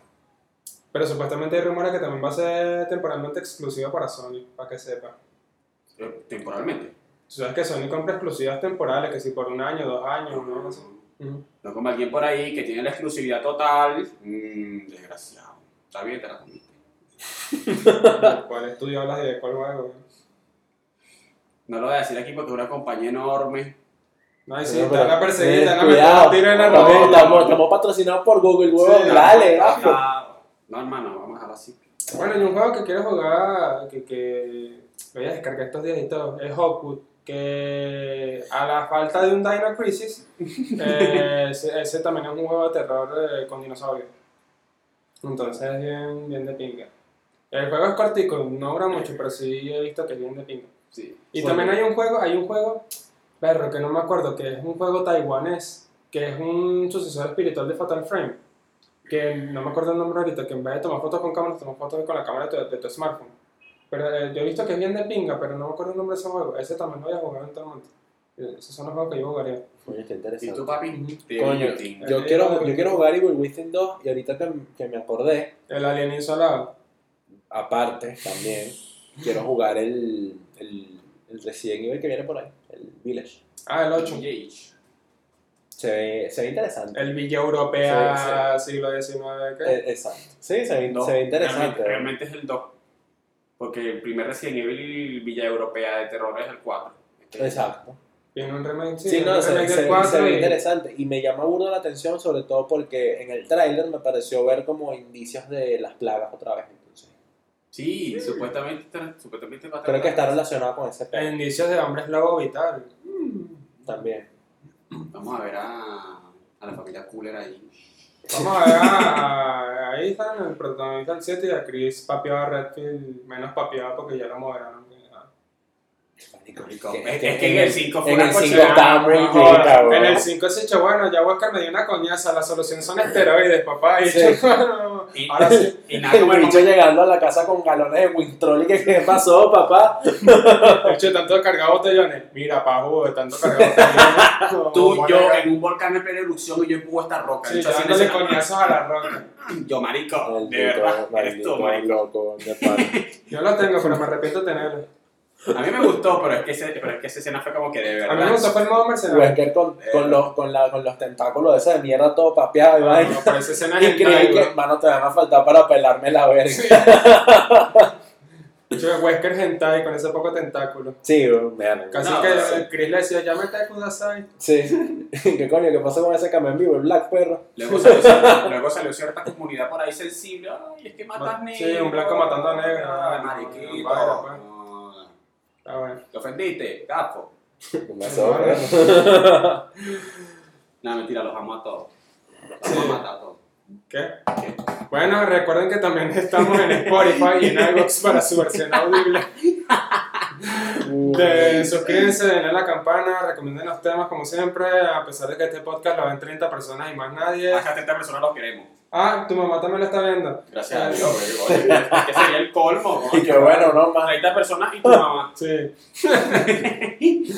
[SPEAKER 1] Pero supuestamente hay rumores que también va a ser temporalmente exclusiva para Sony, para que sepa.
[SPEAKER 2] Eh, Temporalmente.
[SPEAKER 1] Tú sabes que Sony compra exclusivas temporales, que si por un año, dos años, ¿no? No sé. Ujú.
[SPEAKER 2] No como alguien por ahí que tiene la exclusividad total. Mm, desgraciado. Está bien, te la comiste.
[SPEAKER 1] ¿Cuál estudio hablas y de cuál juego?
[SPEAKER 2] No lo voy a decir aquí porque es una compañía enorme.
[SPEAKER 1] No, y sí,
[SPEAKER 3] Sí,
[SPEAKER 1] te
[SPEAKER 3] pero-
[SPEAKER 1] van a perseguir,
[SPEAKER 3] sí,
[SPEAKER 1] te van a meter
[SPEAKER 3] cuidado.
[SPEAKER 1] un tiro en la
[SPEAKER 3] Estamos-
[SPEAKER 1] rodilla.
[SPEAKER 3] Estamos, estamos patrocinados por Google, huevón.
[SPEAKER 1] Sí,
[SPEAKER 3] Dale,
[SPEAKER 1] ajá.
[SPEAKER 3] bajo.
[SPEAKER 2] Ah, No, hermano, vamos a dejarlo así.
[SPEAKER 1] Bueno, y un juego que quiero jugar, que, que voy a descargar estos días y todo, es Hawkwood, que a la falta de un Dino Crisis, eh, ese, ese también es un juego de terror eh, con dinosaurios. Entonces es bien, bien de pinga. El juego es cortico, no dura mucho, pero sí he visto que es bien de pinga.
[SPEAKER 2] Sí.
[SPEAKER 1] Y
[SPEAKER 2] Bueno,
[SPEAKER 1] también hay un juego, hay un juego, perro, que no me acuerdo, que es un juego taiwanés, que es un sucesor espiritual de Fatal Frame, que no me acuerdo el nombre ahorita, que en vez de tomar fotos con cámara, tomas fotos con la cámara de tu, de tu smartphone. Pero eh, yo he visto que es bien de pinga, pero no me acuerdo el nombre de ese juego. Ese también lo voy a jugar eventualmente. Eh, Esos son los juegos que yo jugaría.
[SPEAKER 3] Coño, está
[SPEAKER 2] ¿Y
[SPEAKER 3] interesante.
[SPEAKER 2] tú, papi?
[SPEAKER 1] Ujú.
[SPEAKER 2] Te
[SPEAKER 3] Coño.
[SPEAKER 2] divertí.
[SPEAKER 3] Yo quiero, yo quiero jugar Evil Within 2 y ahorita que, que me acordé,
[SPEAKER 1] El alien insolado.
[SPEAKER 3] aparte también, quiero jugar el, el, el Resident Evil que viene por ahí, el Village.
[SPEAKER 1] Ah, el 8.
[SPEAKER 2] Gage.
[SPEAKER 3] Se ve, se ve interesante.
[SPEAKER 1] El Villa Europea siglo XIX. ¿qué?
[SPEAKER 3] Eh, Exacto. Sí, se ve,
[SPEAKER 2] No,
[SPEAKER 3] se ve
[SPEAKER 2] Realmente,
[SPEAKER 3] interesante. ¿eh?
[SPEAKER 2] realmente es el 2. Porque el primer Resident Evil Villa Europea de Terror es el 4.
[SPEAKER 3] Exacto.
[SPEAKER 1] Tiene un remake, sí,
[SPEAKER 3] Sí,
[SPEAKER 1] un
[SPEAKER 3] no, se,
[SPEAKER 1] remake
[SPEAKER 3] se-
[SPEAKER 1] del
[SPEAKER 3] se
[SPEAKER 1] 4
[SPEAKER 3] ve
[SPEAKER 1] y-
[SPEAKER 3] interesante. Y me llama uno la atención, sobre todo porque en el tráiler me pareció ver como indicios de las plagas otra vez. Entonces,
[SPEAKER 2] Sí, supuestamente, supuestamente va a
[SPEAKER 3] creo que está
[SPEAKER 2] tratar-
[SPEAKER 3] relacionado con ese tema
[SPEAKER 1] Indicios de hombres lobo vital.
[SPEAKER 3] también.
[SPEAKER 2] Vamos a ver a, a la familia Cooler ahí.
[SPEAKER 1] Vamos a ver ah, a, a Ethan, el protagonista del 7, y a Chris papeado a Redfield, menos papeado porque ya lo moderaron.
[SPEAKER 3] Marico,
[SPEAKER 2] Marico, es que- es que en el 5 fue
[SPEAKER 3] en
[SPEAKER 2] una
[SPEAKER 3] el 5
[SPEAKER 2] cochera,
[SPEAKER 1] Ah,
[SPEAKER 3] estaba muy
[SPEAKER 2] no
[SPEAKER 3] rica,
[SPEAKER 2] jodas.
[SPEAKER 3] weón.
[SPEAKER 1] En el 5 se echó, bueno, ya Oscar me dio una coñaza, la solución son esteroides, papá. Y
[SPEAKER 3] Sí.
[SPEAKER 1] yo, [laughs] bueno,
[SPEAKER 2] Y-
[SPEAKER 1] ahora sí.
[SPEAKER 2] [laughs] Y nada, como
[SPEAKER 3] El
[SPEAKER 2] el
[SPEAKER 3] bicho llegando a la casa con galones de Wintrol y que qué pasó, papá.
[SPEAKER 1] De hecho, tanto cargado botellones. Mira, pajú, de tanto cargado botellones. No,
[SPEAKER 2] Tú, yo,
[SPEAKER 1] bueno,
[SPEAKER 2] en un volcán en plena erupción y yo empujo esta roca.
[SPEAKER 1] Sí,
[SPEAKER 2] Dicho así,
[SPEAKER 1] dándole
[SPEAKER 2] no sé-
[SPEAKER 1] coñazos a la roca.
[SPEAKER 2] Yo, marico,
[SPEAKER 3] El
[SPEAKER 2] de
[SPEAKER 3] bicho,
[SPEAKER 2] verdad, eres
[SPEAKER 3] maldito
[SPEAKER 2] tú, marico.
[SPEAKER 3] loco, de pana.
[SPEAKER 1] Yo lo tengo, pero me arrepiento de tenerlo.
[SPEAKER 2] A mí me gustó, pero es que, ese, pero es que esa escena fue como que de
[SPEAKER 1] A mí me
[SPEAKER 2] verdad.
[SPEAKER 1] gustó fue el modo mercenario.
[SPEAKER 3] Wesker con, con, los, con, la, con los tentáculos de esa de mierda todo papeado y
[SPEAKER 1] No,
[SPEAKER 3] vaina.
[SPEAKER 1] Ah, no, pero esa escena es
[SPEAKER 3] [laughs] Y creí
[SPEAKER 1] hentai,
[SPEAKER 3] que,
[SPEAKER 1] weón.
[SPEAKER 3] hermano, te van a faltar para pelarme la verga.
[SPEAKER 1] Sí. Chico, Wesker Hentai con ese poco tentáculo.
[SPEAKER 3] Sí, vean.
[SPEAKER 1] Casi
[SPEAKER 2] No,
[SPEAKER 1] que
[SPEAKER 2] no sé.
[SPEAKER 1] el Chris le decía, ya mete a Kudasai.
[SPEAKER 3] Sí. [laughs] ¿Qué coño? ¿Qué pasó con ese cambio en vivo? El Black Perro.
[SPEAKER 2] Luego salió, luego salió cierta comunidad por ahí sensible. Ay, es que matas
[SPEAKER 1] Ma-
[SPEAKER 2] negro.
[SPEAKER 1] sí, un blanco matando a negro.
[SPEAKER 2] Ay,
[SPEAKER 1] No,
[SPEAKER 2] mariquito.
[SPEAKER 1] no, pues.
[SPEAKER 2] No.
[SPEAKER 1] Ah, bueno.
[SPEAKER 2] Te ofendiste, gapo.
[SPEAKER 3] Me pasó,
[SPEAKER 1] Vale.
[SPEAKER 3] perro.
[SPEAKER 2] No, mentira, los amo a todos. Los amo a matar a todos.
[SPEAKER 1] ¿Qué?
[SPEAKER 2] ¿Qué?
[SPEAKER 1] Bueno, recuerden que también [laughs] estamos en Spotify y en iVoox para su versión audible. De- suscríbanse, denle a la campana, recomienden los temas como siempre, a pesar de que este podcast lo ven 30 personas y más nadie.
[SPEAKER 2] Hasta 30 personas los queremos.
[SPEAKER 1] Ah, tu mamá también lo está viendo.
[SPEAKER 2] Gracias a Dios, güey. Oye, Que sería el colmo,
[SPEAKER 1] [laughs]
[SPEAKER 3] Y
[SPEAKER 2] ¿no?
[SPEAKER 3] que bueno, no más.
[SPEAKER 2] 30 personas y tu mamá.
[SPEAKER 1] Sí. [laughs]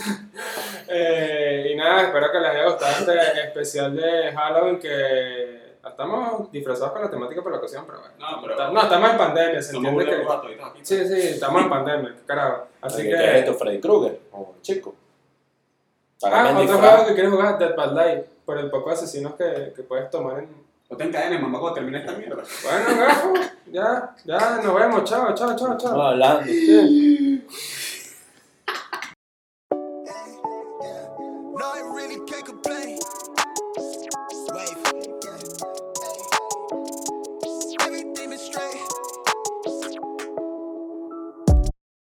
[SPEAKER 1] Eh, y nada, espero que les haya gustado este especial de Halloween que estamos disfrazados con la temática por la ocasión, pero bueno.
[SPEAKER 2] No, pero-
[SPEAKER 1] No, estamos en pandemia, se
[SPEAKER 2] Somos
[SPEAKER 1] entiende que...
[SPEAKER 2] burlacos a toditos aquí.
[SPEAKER 1] Sí, sí, estamos en pandemia, qué carajo. Así
[SPEAKER 3] ¿Qué es
[SPEAKER 1] que...
[SPEAKER 3] esto, Freddy Krueger? Oh, chico.
[SPEAKER 1] Ah,
[SPEAKER 3] Hágame el
[SPEAKER 1] otro
[SPEAKER 3] disfraz.
[SPEAKER 1] juego que quieres jugar, Dead by Light, por el poco de asesinos que, que puedes tomar en...
[SPEAKER 2] No te encadenes, mamá, cuando termine esta mierda.
[SPEAKER 1] [laughs] Bueno, gafo, ya, ya, nos vemos, chao, chao, chao, chao.
[SPEAKER 3] Estamos hablando.
[SPEAKER 1] Sí.